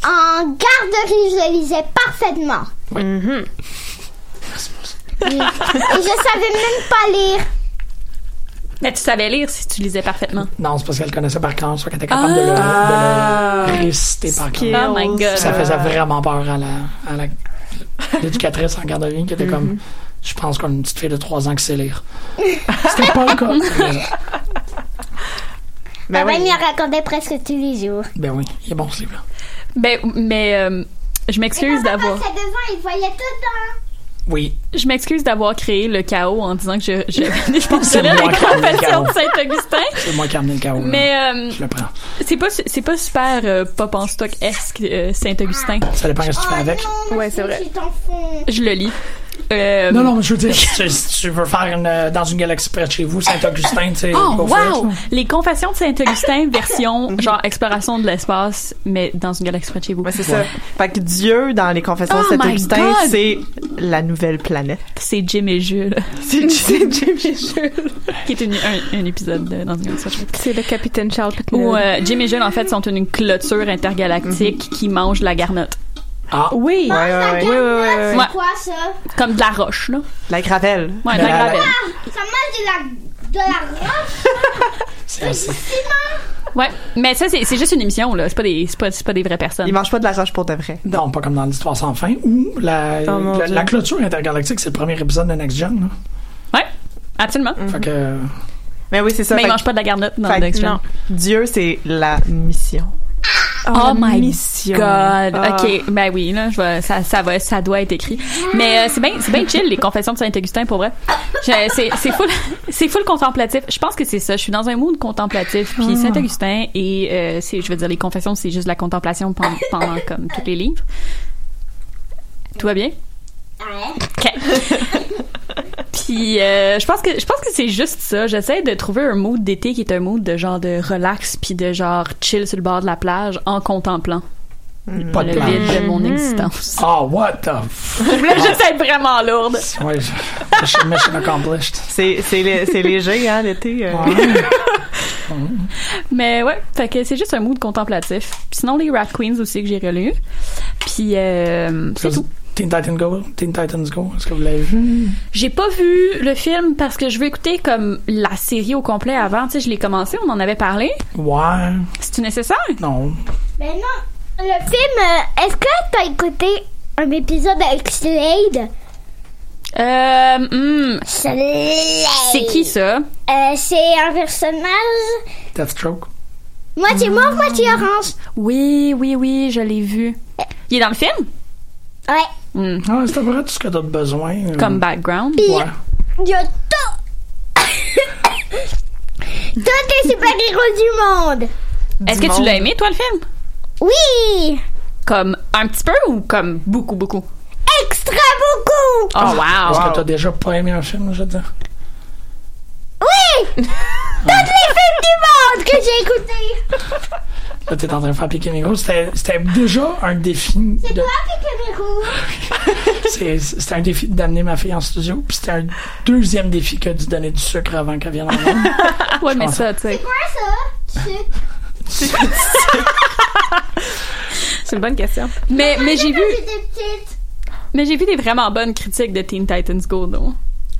Speaker 6: garderie, je le lisais parfaitement. Et- Et je savais même pas lire.
Speaker 9: mais tu savais lire si tu lisais parfaitement.
Speaker 5: Non, c'est parce qu'elle connaissait par cœur, soit qu'elle était capable de le- de, le, réciter par cœur.
Speaker 9: Oh my God.
Speaker 5: Ça
Speaker 8: Ah.
Speaker 5: faisait vraiment peur à la, à la- l'éducatrice en garderie qui était
Speaker 9: Mm-hmm.
Speaker 5: comme, je pense qu'on a une petite fille de 3 ans qui sait lire. C'était pas le cas.
Speaker 6: Ma
Speaker 8: Ben
Speaker 6: mère me racontait presque tous les jours.
Speaker 5: ben oui, il est bon ce livre-là.
Speaker 9: Ben, mais euh, je m'excuse d'avoir.
Speaker 6: passait devant, il voyait tout dans.
Speaker 5: Oui,
Speaker 9: Je m'excuse d'avoir créé le chaos en disant que je, je, je
Speaker 5: pense que c'est
Speaker 9: les
Speaker 5: moi qui ai amené le
Speaker 9: Confessions
Speaker 5: chaos.
Speaker 9: de Saint-Augustin.
Speaker 5: c'est moi qui ai amené le chaos. là.
Speaker 9: Mais euh,
Speaker 5: Je le prends.
Speaker 9: c'est pas su- c'est pas super euh, pop en stock esque Saint-Augustin.
Speaker 5: Ça dépend de ce que tu fais avec.
Speaker 9: Ah,
Speaker 6: non,
Speaker 7: Ouais, c'est vrai.
Speaker 6: Je suis en fond.
Speaker 9: Je le lis. Euh,
Speaker 5: Non, non, mais je veux dire, si tu, si tu veux faire une, euh, dans une galaxie près de chez vous, Saint-Augustin, tu sais,
Speaker 9: Oh
Speaker 5: go for it,
Speaker 9: wow!
Speaker 5: là.
Speaker 9: Les Confessions de Saint-Augustin version genre exploration de l'espace mais dans une galaxie près de chez vous.
Speaker 8: Ouais, c'est ça. Fait que Dieu, dans les confessions
Speaker 9: Oh
Speaker 8: de Saint-Augustin,
Speaker 9: my God!
Speaker 8: c'est la nouvelle planète.
Speaker 9: C'est Jim et Jules
Speaker 8: C'est
Speaker 9: Jim et Jules qui est une- un, un épisode de- dans une galaxie près de chez vous.
Speaker 7: C'est le capitaine Charles Pittman.
Speaker 9: Où euh, Jim et Jules en fait sont une clôture intergalactique qui mange de la garnotte
Speaker 5: Ah,
Speaker 7: Oui.
Speaker 8: Ouais, ouais,
Speaker 6: La
Speaker 8: ouais.
Speaker 6: garnotte, c'est
Speaker 9: Ouais.
Speaker 6: quoi ça?
Speaker 9: comme de la roche là.
Speaker 8: La gravelle.
Speaker 9: Ouais, de la
Speaker 8: La-
Speaker 9: gravelle.
Speaker 6: Ça mange de la, de la roche.
Speaker 5: c'est assez.
Speaker 9: Ouais, mais ça c'est c'est juste une émission là, c'est pas des c'est pas, c'est pas des vraies personnes.
Speaker 8: Il mange pas de la roche pour de vrai.
Speaker 5: Non, pas comme dans l'histoire sans fin, où la,
Speaker 8: Oh, mon
Speaker 5: la,
Speaker 8: Dieu.
Speaker 5: la clôture intergalactique, c'est le premier épisode de Next Gen. Là.
Speaker 9: Ouais, absolument.
Speaker 5: Fait que,
Speaker 8: Mais oui, c'est ça.
Speaker 9: Mais il
Speaker 8: Fait
Speaker 9: mange
Speaker 8: que-
Speaker 9: pas de la garnotte dans
Speaker 8: fait que
Speaker 9: Next Gen.
Speaker 8: non. Dieu, c'est la mission.
Speaker 9: Oh
Speaker 7: la
Speaker 9: my
Speaker 7: mission.
Speaker 9: god.
Speaker 8: Ah.
Speaker 9: OK, ben oui, là, je vais- ça ça va ça doit être écrit. Mais euh, c'est bien c'est bien chill les confessions de Saint-Augustin pour vrai. Je- C'est c'est full c'est full contemplatif. Je pense que c'est ça, je suis dans un mood contemplatif
Speaker 7: Ah.
Speaker 9: puis Saint-Augustin et euh, c'est je veux dire les confessions c'est juste la contemplation pendant, pendant comme tous les livres. Tout va bien OK. Puis euh, je pense que je pense que c'est juste ça. J'essaie de trouver un mood d'été qui est un mood de genre de relax puis de genre chill sur le bord de la plage en contemplant
Speaker 5: pas de
Speaker 9: Mm-hmm. le
Speaker 5: plan.
Speaker 9: vide de mon existence.
Speaker 5: Ah, what the f...
Speaker 9: Mm-hmm. Je voulais juste être vraiment lourde.
Speaker 5: Ouais, je- mission mission accomplished.
Speaker 8: C'est c'est lé- c'est léger, hein, l'été. euh.
Speaker 5: Ouais.
Speaker 9: Mais ouais, fait que c'est juste un mood contemplatif. Puis sinon les Rat Queens aussi que j'ai relu. Puis euh, c'est tout. Hmm.
Speaker 5: Teen Titans Go, Teen Titans Go, est-ce que vous l'avez vu?
Speaker 9: J'ai pas vu le film parce que je veux écouter comme la série au complet avant. Tu sais, je l'ai commencé, on en avait parlé.
Speaker 5: Ouais,
Speaker 9: C'est-tu nécessaire?
Speaker 5: non.
Speaker 6: Mais non, le film, euh, est-ce que t'as écouté un épisode avec Slade?
Speaker 9: Euh, hmm,
Speaker 6: Slade!
Speaker 9: c'est qui ça?
Speaker 6: Euh, c'est un personnage
Speaker 5: Deathstroke.
Speaker 6: moitié mauve, moitié orange.
Speaker 9: Oui, oui, oui, je l'ai vu. Il est dans le film?
Speaker 6: Ouais.
Speaker 9: Hmm,
Speaker 5: Ah, c'est à peu près tout ce que t'as de besoin. euh,
Speaker 9: Comme background.
Speaker 5: Ouais.
Speaker 6: Il y a tout. Tous les super-héros du monde.
Speaker 9: Est-ce que tu l'as aimé, toi, le film?
Speaker 6: Oui!
Speaker 9: Comme un petit peu ou comme beaucoup, beaucoup?
Speaker 6: Extra beaucoup!
Speaker 9: Oh, wow!
Speaker 5: Est-ce que t'as déjà pas aimé un film, je veux dire?
Speaker 6: Oui! Tous les films du monde que j'ai écoutés!
Speaker 5: Là, t'es en train de faire piquer mes gros. C'était c'était déjà un défi.
Speaker 6: C'est
Speaker 5: de-
Speaker 6: toi, Picaméro?
Speaker 5: c'est- C'était un défi d'amener ma fille en studio. Puis c'était un deuxième défi que de donner du sucre avant qu'elle vienne en monde.
Speaker 9: ouais, mais ça, tu sais.
Speaker 6: Quoi ça? Tu-
Speaker 7: C'est une bonne question.
Speaker 9: Mais, mais j'ai vu,
Speaker 6: J'étais petite.
Speaker 9: mais j'ai vu des vraiment bonnes critiques de Teen Titans Go, non?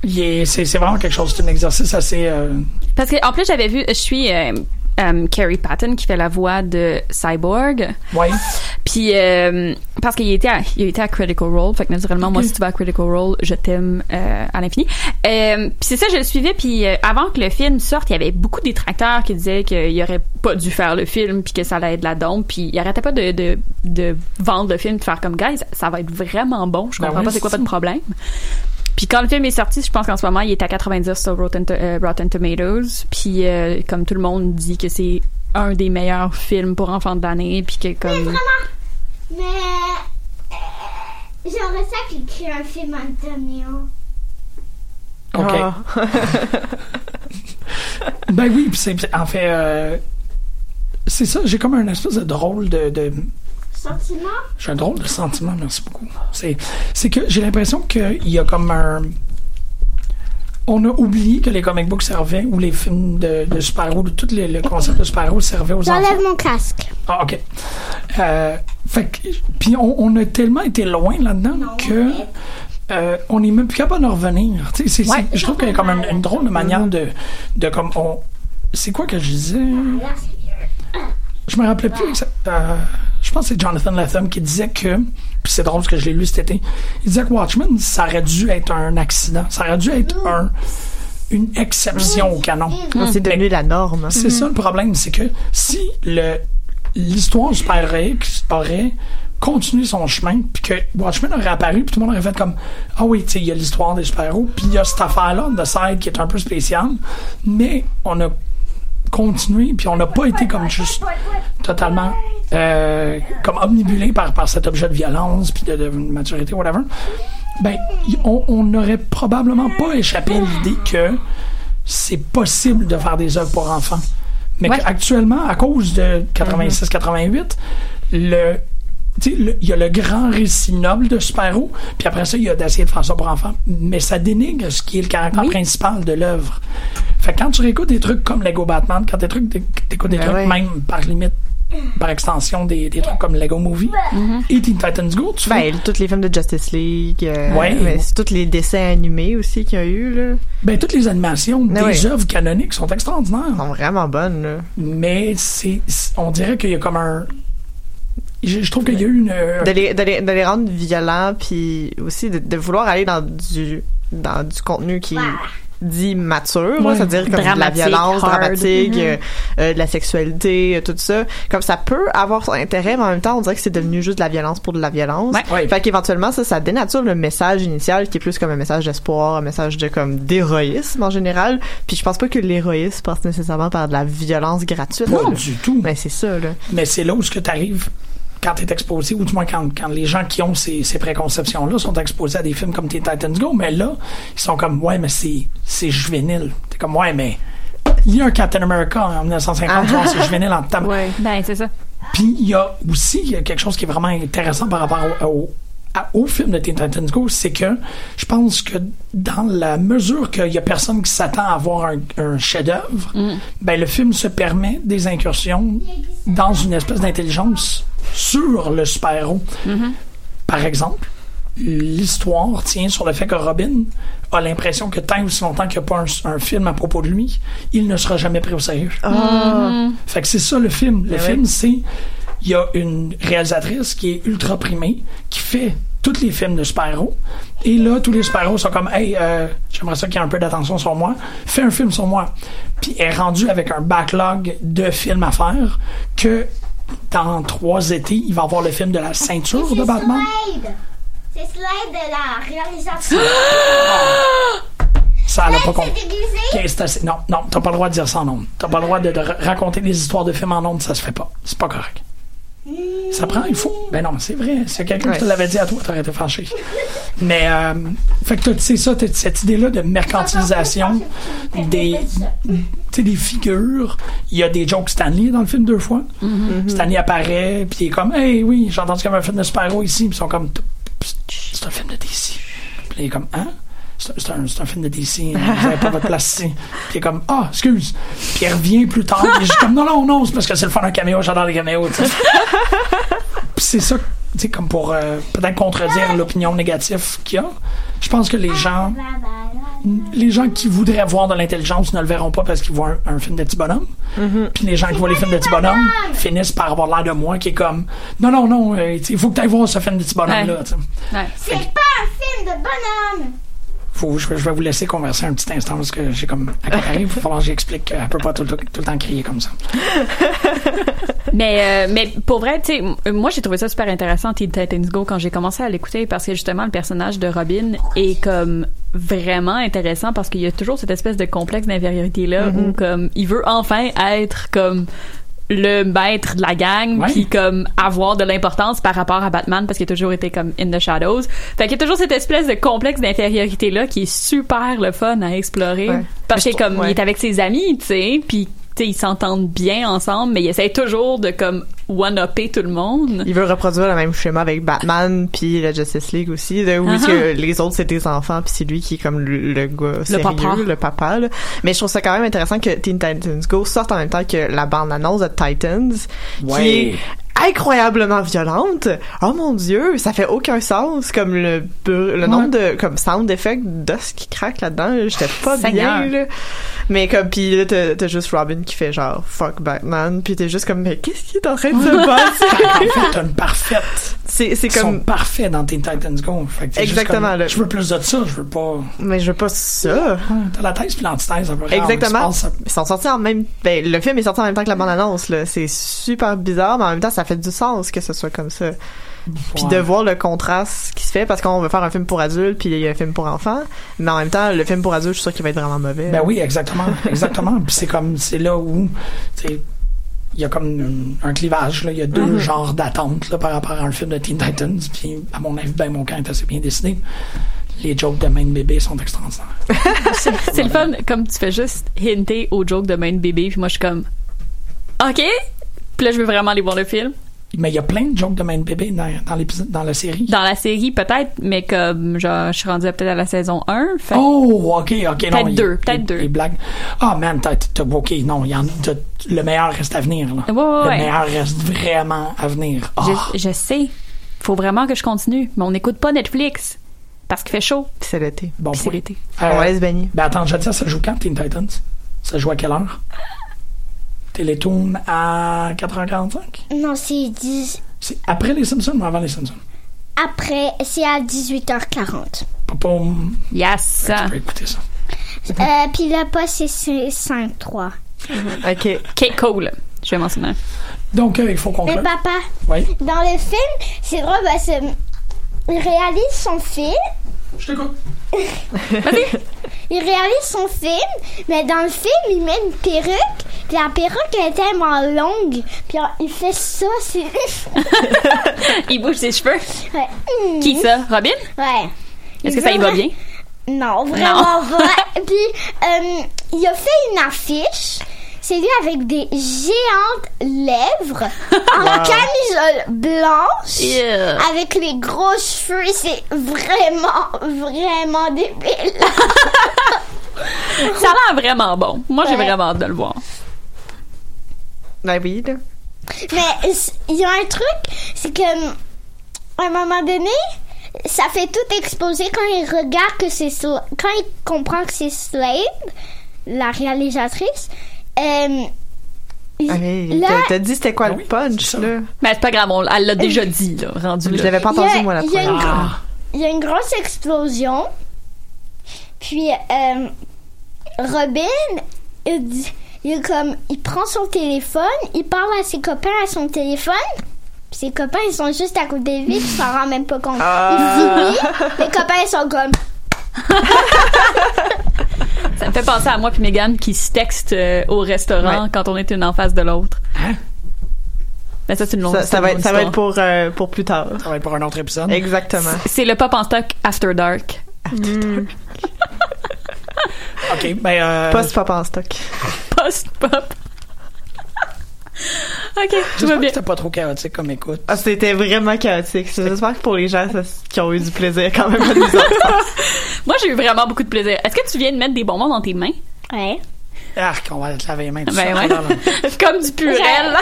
Speaker 5: il est- c'est c'est vraiment quelque chose, c'est un exercice assez. euh,
Speaker 9: Parce que en plus j'avais vu, je suis euh, euh, Carrie Patton qui fait la voix de Cyborg.
Speaker 5: Oui.
Speaker 9: Puis euh, parce qu'il était à, il était à Critical Role, fait que naturellement moi
Speaker 7: Ok.
Speaker 9: si tu vas à Critical Role, je t'aime euh, à l'infini. Euh, puis c'est ça je le suivais puis euh, avant que le film sorte, il y avait beaucoup de détracteurs qui disaient qu'il aurait pas dû faire le film puis que ça allait être de la dompe puis il arrêtait pas de, de, de vendre le film, de faire comme guys, ça va être vraiment bon, je
Speaker 7: Ben
Speaker 9: comprends
Speaker 7: oui,
Speaker 9: pas c'est quoi
Speaker 7: c'est
Speaker 9: votre
Speaker 7: ça.
Speaker 9: problème. Puis quand le film est sorti, je pense qu'en ce moment, il est à 90 sur Rotten, To- euh, Rotten Tomatoes. Puis euh, comme tout le monde dit que c'est un des meilleurs films pour enfants de l'année, puis que comme...
Speaker 6: Mais euh, j'aimerais ça qu'il crée un film Antonio.
Speaker 5: OK.
Speaker 9: Ah.
Speaker 8: Ah.
Speaker 5: ben oui, pis c'est. pis En fait, euh, c'est ça, j'ai comme un espèce de drôle de. de-
Speaker 6: Sentiment?
Speaker 5: j'ai un drôle de sentiment, merci beaucoup. C'est c'est que j'ai l'impression qu'il y a comme un. On a oublié que les comic books servaient, ou les films de, de super-héros, tout le, le concept de super-héros servait aux enfants.
Speaker 6: J'enlève mon casque.
Speaker 5: Ah, OK. Euh, fait que- puis on, on a tellement été loin là-dedans que euh, on n'est même plus capable d'en revenir. Tu sais, c'est- c'est- je trouve qu'il y a quand même une drôle de manière de, de comme on. C'est quoi que je disais? Je me rappelais plus. exact- euh, je pense que c'est Jonathan Latham qui disait que, puis c'est drôle parce que je l'ai lu cet été, il disait que Watchmen, ça aurait dû être un accident, ça aurait dû être un, une exception au canon.
Speaker 8: Ah, c'est devenu
Speaker 5: la norme. C'est
Speaker 8: Mhm.
Speaker 5: ça le problème, c'est que si le l'histoire du père Rex aurait continué son chemin, puis que Watchmen aurait apparu, puis tout le monde aurait fait comme Ah oui, tu sais, il y a l'histoire des super-héros, puis il y a cette affaire-là, de Side, qui est un peu spéciale, mais on a continué, puis on n'a pas été comme juste totalement euh, comme omnibulé par, par cet objet de violence, puis de, de maturité, whatever. Ben, y- on on n'aurait probablement pas échappé à l'idée que c'est possible de faire des œuvres pour enfants. Mais actuellement, à cause de
Speaker 8: Mhm.
Speaker 5: 86-88, le tu sais, le- il y a le grand récit noble de super-héros, puis après ça, il y a d'essayer de faire ça pour enfants. Mais ça dénigre ce qui est le caractère principal de l'œuvre. Fait que quand tu réécoutes des trucs comme Lego Batman, quand t'es trucs- t'écoutes des
Speaker 8: Ben
Speaker 5: trucs
Speaker 8: ouais.
Speaker 5: même par limite, par extension, des, des trucs comme Lego Movie et Teen Titans Go, tu
Speaker 8: Mhm.
Speaker 5: fais...
Speaker 8: Ben, tous les films de Justice League, euh,
Speaker 5: Ouais.
Speaker 8: mais c'est tous les dessins animés aussi qu'il y a eu, là.
Speaker 5: Ben, toutes les animations
Speaker 8: Ah
Speaker 5: des
Speaker 8: ouais.
Speaker 5: œuvres canoniques sont extraordinaires.
Speaker 8: sont vraiment bonnes, là.
Speaker 5: Mais c'est, c'est- on dirait qu'il y a comme un. Je, je trouve qu'il y a eu une.
Speaker 8: de les, de les- de les rendre violents, puis aussi de, de vouloir aller dans du, dans du contenu qui est dit mature, là,
Speaker 7: Ouais.
Speaker 8: c'est-à-dire comme de la
Speaker 7: Dramatique,
Speaker 8: violence
Speaker 7: hard.
Speaker 8: dramatique,
Speaker 7: Mhm.
Speaker 8: euh, euh, de la sexualité, euh, tout ça. Comme ça peut avoir son intérêt, mais en même temps, on dirait que c'est devenu juste de la violence pour de la violence. Fait qu'éventuellement, ça, ça dénature le message initial qui est plus comme un message d'espoir, un message de comme d'héroïsme en général. Puis je pense pas que l'héroïsme passe nécessairement par de la violence gratuite.
Speaker 5: Non,
Speaker 8: là.
Speaker 5: du tout.
Speaker 8: Ben, c'est ça, là.
Speaker 5: Mais c'est là où ce que tu arrives quand tu es exposé, ou du moins quand, quand les gens qui ont ces, ces préconceptions-là sont exposés à des films comme Teen Titans Go, mais là, ils sont comme, ouais, mais c'est, c'est juvénile. T'es comme, ouais, mais il y a un Captain America en 1950, genre, c'est juvénile en temps.
Speaker 9: Ben, c'est ça.
Speaker 5: Puis il y a aussi il y a quelque chose qui est vraiment intéressant par rapport au, au, à- au film de Teen Titans Go, c'est que je pense que dans la mesure qu'il y a personne qui s'attend à avoir un, un chef-d'œuvre, ben le film se permet des incursions dans une espèce d'intelligence sur le super-héros. Par exemple, l'histoire tient sur le fait que Robin a l'impression que tant ou si longtemps qu'il n'y a pas un, un film à propos de lui, il ne sera jamais pris au sérieux.
Speaker 7: Mm.
Speaker 8: Ah. Mhm.
Speaker 5: Fait que c'est ça le film. Le
Speaker 8: Eh oui.
Speaker 5: film, c'est il y a une réalisatrice qui est ultra primée, qui fait tous les films de super-héros. Et là, tous les super-héros sont comme Hey, euh, j'aimerais ça qu'il y ait un peu d'attention sur moi. Fais un film sur moi. Puis elle est rendue avec un backlog de films à faire que dans trois étés, il va avoir le film de la ceinture de Batman.
Speaker 6: Slade. C'est Slade de la réalisation.
Speaker 5: Ça n'a pas
Speaker 6: c'est
Speaker 5: compris.
Speaker 6: déguisé.
Speaker 5: Ok, c'est assez. Non, non, t'as pas le droit de dire ça en nombre. T'as pas le droit de, de ra- raconter des histoires de films en nombre, ça se fait pas. C'est pas correct. Ça prend, il faut. Ben non, c'est vrai. Si quelqu'un qui te
Speaker 8: Ouais.
Speaker 5: l'avait dit à toi, t'aurais été fâché. Mais, euh, fait que t'as- c'est ça, t'as cette idée-là de mercantilisation des, tu sais, des figures. Il y a des jokes Stanley dans le film deux fois. Stanley apparaît, puis il est comme, hey, oui, j'ai entendu qu'il y avait un film de super-héros ici, puis ils sont comme, c'est un film de DC. Puis il est comme, hein? C'est c'est un, c'est un film de DC, hein, vous avez pas votre place ici. Puis il est comme, ah, excuse. Puis il revient plus tard, puis je suis comme, non, non, non, c'est parce que c'est le fun d'un caméo, j'adore les caméos, tu sais. Puis c'est ça, tu sais, comme pour euh, peut-être contredire l'opinion négative qu'il y a. Je pense que les gens, les gens qui voudraient voir de l'intelligence ne le verront pas parce qu'ils voient un, un film de petit bonhomme. Puis les gens qui voient les films de petit bonhomme finissent par avoir l'air de moi qui est comme non, non, non, euh, tu sais, il faut que tu ailles voir ce film de petit bonhomme-là.
Speaker 9: Ouais.
Speaker 5: tu sais.
Speaker 9: Ouais.
Speaker 6: C'est pas un film de bonhomme.
Speaker 5: Faut- je, vais- je vais vous laisser converser un petit instant parce que j'ai comme à quoi il va falloir que j'explique qu'elle peut pas tout, le- tout le temps crier comme ça.
Speaker 9: Mais, euh, mais pour vrai, tu sais, m- euh, moi, j'ai trouvé ça super intéressant, Teen Titans Go, quand j'ai commencé à l'écouter, parce que justement, le personnage de Robin est comme vraiment intéressant parce qu'il y a toujours cette espèce de complexe d'infériorité-là
Speaker 8: Mhm.
Speaker 9: où, comme, il veut enfin être comme le maître de la gang
Speaker 8: Ouais.
Speaker 9: puis comme avoir de l'importance par rapport à Batman parce qu'il a toujours été comme in the shadows fait qu'il y a toujours cette espèce de complexe d'infériorité là qui est super le fun à explorer
Speaker 8: Ouais.
Speaker 9: parce que comme
Speaker 8: ouais.
Speaker 9: il est avec ses amis, tu sais, puis tu sais, ils s'entendent bien ensemble, mais ils essaient toujours de comme one-upper tout le monde.
Speaker 8: Il veut reproduire le même schéma avec Batman puis la Justice League aussi, de où
Speaker 9: Ah
Speaker 8: est-ce
Speaker 9: ah.
Speaker 8: que les autres c'est des enfants puis c'est lui qui est comme le, le gars sérieux,
Speaker 9: papa.
Speaker 8: le papa. là. Mais je trouve ça quand même intéressant que Teen Titans Go sorte en même temps que la bande annonce de Titans,
Speaker 3: Ouais.
Speaker 8: qui est incroyablement violente. Oh mon dieu, ça fait aucun sens comme le br- le nombre de comme sound effects d'os qui craque là-dedans, j'étais pas
Speaker 9: Seigneur.
Speaker 8: bien là. Mais comme puis là t'as t'as juste Robin qui fait genre fuck Batman puis t'es juste comme mais qu'est-ce qui est en train de se passer
Speaker 5: en fait, t'as une parfaite.
Speaker 8: C'est, c'est
Speaker 5: Ils sont
Speaker 8: comme.
Speaker 5: parfaits dans Teen Titans Go. Fait que c'est juste
Speaker 8: Exactement,
Speaker 5: comme,
Speaker 8: là.
Speaker 5: Je veux plus de ça, je veux pas.
Speaker 8: Mais je veux pas ça.
Speaker 5: T'as la thèse puis l'antithèse à peu près.
Speaker 8: Exactement.
Speaker 5: On se pense
Speaker 8: Ils sont sortis en même. Ben, le film est sorti en même temps que la bande-annonce, là. C'est super bizarre, mais en même temps, ça fait du sens que ce soit comme ça. Puis de voir le contraste qui se fait, parce qu'on veut faire un film pour adultes, puis il y a un film pour enfants. Mais en même temps, le film pour adultes, je suis sûre qu'il va être vraiment mauvais.
Speaker 5: Ben oui, exactement, exactement. Puis c'est comme, c'est là où, tu sais, il y a comme une- un clivage, là. Il y a deux
Speaker 8: Mhm.
Speaker 5: genres d'attentes, là, par rapport à un film de Teen Titans. Puis, à mon avis, ben, mon camp est assez bien dessiné. Les jokes de main de bébé sont extraordinaires.
Speaker 9: C'est le fun, comme tu fais juste hinter aux jokes de main de bébé, puis moi je suis comme OK, puis là je veux vraiment aller voir le film.
Speaker 5: Mais il y a plein de jokes de main de bébé dans, dans l'épisode, dans la série.
Speaker 9: Dans la série peut-être, mais comme genre je suis rendue à peut-être à la saison 1, fait
Speaker 5: Oh, ok, ok, non.
Speaker 9: Peut-être
Speaker 5: il-
Speaker 9: deux,
Speaker 5: il-
Speaker 9: peut-être deux.
Speaker 5: Les blagues. Ah, man, t'as, t'as, ok, non, il y en, t'as- le meilleur reste à venir, là.
Speaker 9: Ouais, ouais,
Speaker 5: le
Speaker 9: ouais.
Speaker 5: meilleur reste vraiment à venir. Ah,
Speaker 9: je, je sais, faut vraiment que je continue, mais on n'écoute pas Netflix parce qu'il fait chaud,
Speaker 8: Puis c'est l'été.
Speaker 5: bon
Speaker 9: puis c'est
Speaker 5: point.
Speaker 9: l'été.
Speaker 8: On
Speaker 5: Euh,
Speaker 8: va aller se baigner.
Speaker 5: Ben attends, je vais te dire, ça joue quand Teen Titans? Ça joue à quelle heure? Télétoon à 4h45?
Speaker 6: Non, c'est 10.
Speaker 5: C'est après les Simpsons ou avant les Simpsons?
Speaker 6: Après, c'est à 18h40.
Speaker 5: Popoum.
Speaker 9: Yes.
Speaker 5: Tu peux écouter ça.
Speaker 6: Euh, puis le poste, c'est- c'est 5-3.
Speaker 8: OK.
Speaker 9: OK, cool. Je vais mentionner.
Speaker 5: Donc, euh, il faut
Speaker 9: Ah.
Speaker 5: qu'on
Speaker 6: Mais
Speaker 5: clôt.
Speaker 6: papa,
Speaker 5: Oui.
Speaker 6: dans le film, c'est drôle parce que il réalise son film.
Speaker 5: Je t'écoute.
Speaker 6: Il réalise son film, mais dans le film, il met une perruque. Puis la perruque est tellement longue. Puis on- il fait ça, c'est.
Speaker 9: Il bouge ses cheveux.
Speaker 6: ouais. Hum,
Speaker 9: Qui ça? Robin?
Speaker 6: Ouais.
Speaker 9: Est-ce que ça y va bien?
Speaker 6: Non, vraiment pas. Puis, euh, il a fait une affiche. C'est lui avec des géantes lèvres, en camisole blanche,
Speaker 9: Yeah.
Speaker 6: avec les gros cheveux. C'est vraiment, vraiment débile.
Speaker 9: Ça a l'air vraiment bon. Moi, j'ai
Speaker 6: Ouais.
Speaker 9: vraiment hâte de le voir.
Speaker 8: Ben oui, là.
Speaker 6: Mais s- il y a un truc, c'est que hum, à un moment donné, ça fait tout exploser quand il regarde que c'est Sla- quand il comprend que c'est Slade, la réalisatrice. hum, il-
Speaker 8: Ah, mais
Speaker 6: là,
Speaker 8: t'as- t'as dit c'était quoi le
Speaker 5: Ben Oui,
Speaker 8: punch,
Speaker 5: c'est ça.
Speaker 8: là?
Speaker 9: Mais c'est pas grave, on- elle
Speaker 6: Euh,
Speaker 9: l'a déjà dit, là, rendu
Speaker 8: Je
Speaker 9: là.
Speaker 8: l'avais pas
Speaker 6: il y a-
Speaker 8: entendu, moi, la
Speaker 6: il y a
Speaker 8: première.
Speaker 6: une gro-
Speaker 5: Ah.
Speaker 6: il y a une grosse explosion. Puis euh, Robin, il, dit- il est comme, il prend son téléphone, il parle à ses copains à son téléphone. Puis ses copains, ils sont juste à côté de lui, puis il s'en rend même pas compte.
Speaker 8: Ah.
Speaker 6: Il finit, les copains, ils sont comme,
Speaker 9: Ça me fait penser à moi puis Megan qui se textent euh, au restaurant quand on est une en face de l'autre. Mais ça, c'est une longue
Speaker 8: Hein? Ça, ça va,
Speaker 9: c'est une
Speaker 8: être, ça va
Speaker 9: longue
Speaker 8: être pour, euh, pour plus tard.
Speaker 5: Ça va être pour un autre épisode.
Speaker 8: Exactement.
Speaker 9: histoire. C'est le pop en stock After Dark.
Speaker 5: OK, ben... Euh,
Speaker 8: Post-pop en stock.
Speaker 9: Post-pop. OK, tout
Speaker 5: J'espère
Speaker 9: va
Speaker 5: que
Speaker 9: bien.
Speaker 5: c'était pas trop chaotique comme écoute.
Speaker 8: Ah, c'était vraiment chaotique. J'espère que pour les gens ça- qui ont eu du plaisir quand même à nous entendre.
Speaker 9: Moi, j'ai eu vraiment beaucoup de plaisir. Est-ce que tu viens de mettre des bonbons dans tes mains?
Speaker 6: ouais.
Speaker 5: Arc, on Ah, va te laver les mains. tout
Speaker 9: Ben
Speaker 5: ça.
Speaker 9: ouais. Comme du purel.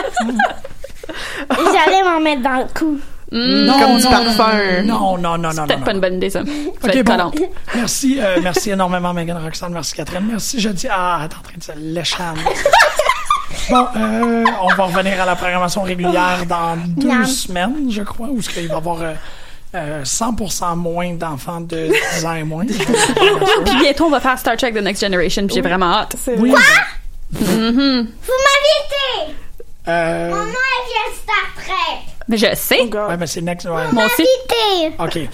Speaker 6: J'allais m'en mettre dans le cou.
Speaker 9: Non,
Speaker 8: comme du
Speaker 5: non,
Speaker 8: parfum.
Speaker 5: Non, non, non, non.
Speaker 9: C'est
Speaker 5: non,
Speaker 9: peut-être Hmm, pas une bonne idée, ça. Ça va
Speaker 5: Ok,
Speaker 9: être
Speaker 5: bon.
Speaker 9: collante.
Speaker 5: Merci, euh, merci énormément, Megan Roxanne. Merci, Catherine. Merci, je dis. Ah, t'es en train de se lécher. la main. Bon, euh, on va revenir à la programmation
Speaker 9: Ah.
Speaker 5: régulière dans deux
Speaker 6: Miam.
Speaker 5: semaines, je crois, où il va y avoir euh, euh, 100% moins d'enfants de 10 ans et moins.
Speaker 9: Puis bientôt, on va faire Star Trek The Next Generation, puis j'ai vraiment hâte.
Speaker 5: Oui,
Speaker 9: Mhm.
Speaker 6: Vous m'invitez!
Speaker 5: euh,
Speaker 6: Maman, elle vient de Star Trek!
Speaker 9: Mais je sais.
Speaker 5: ouais, mais c'est next. ouais.
Speaker 9: Moi aussi.
Speaker 6: M'invitez!
Speaker 5: OK.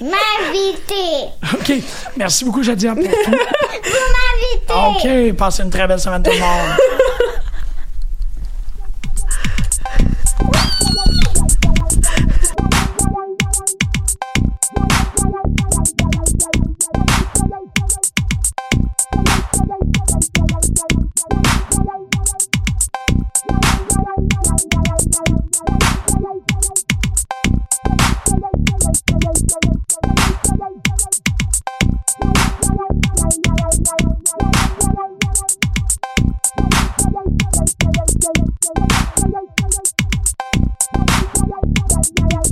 Speaker 6: M'invitez!
Speaker 5: OK. Merci beaucoup, Jadia, pour tout.
Speaker 6: Vous m'invitez!
Speaker 5: Ah, OK. Passez une très belle semaine, tout le monde.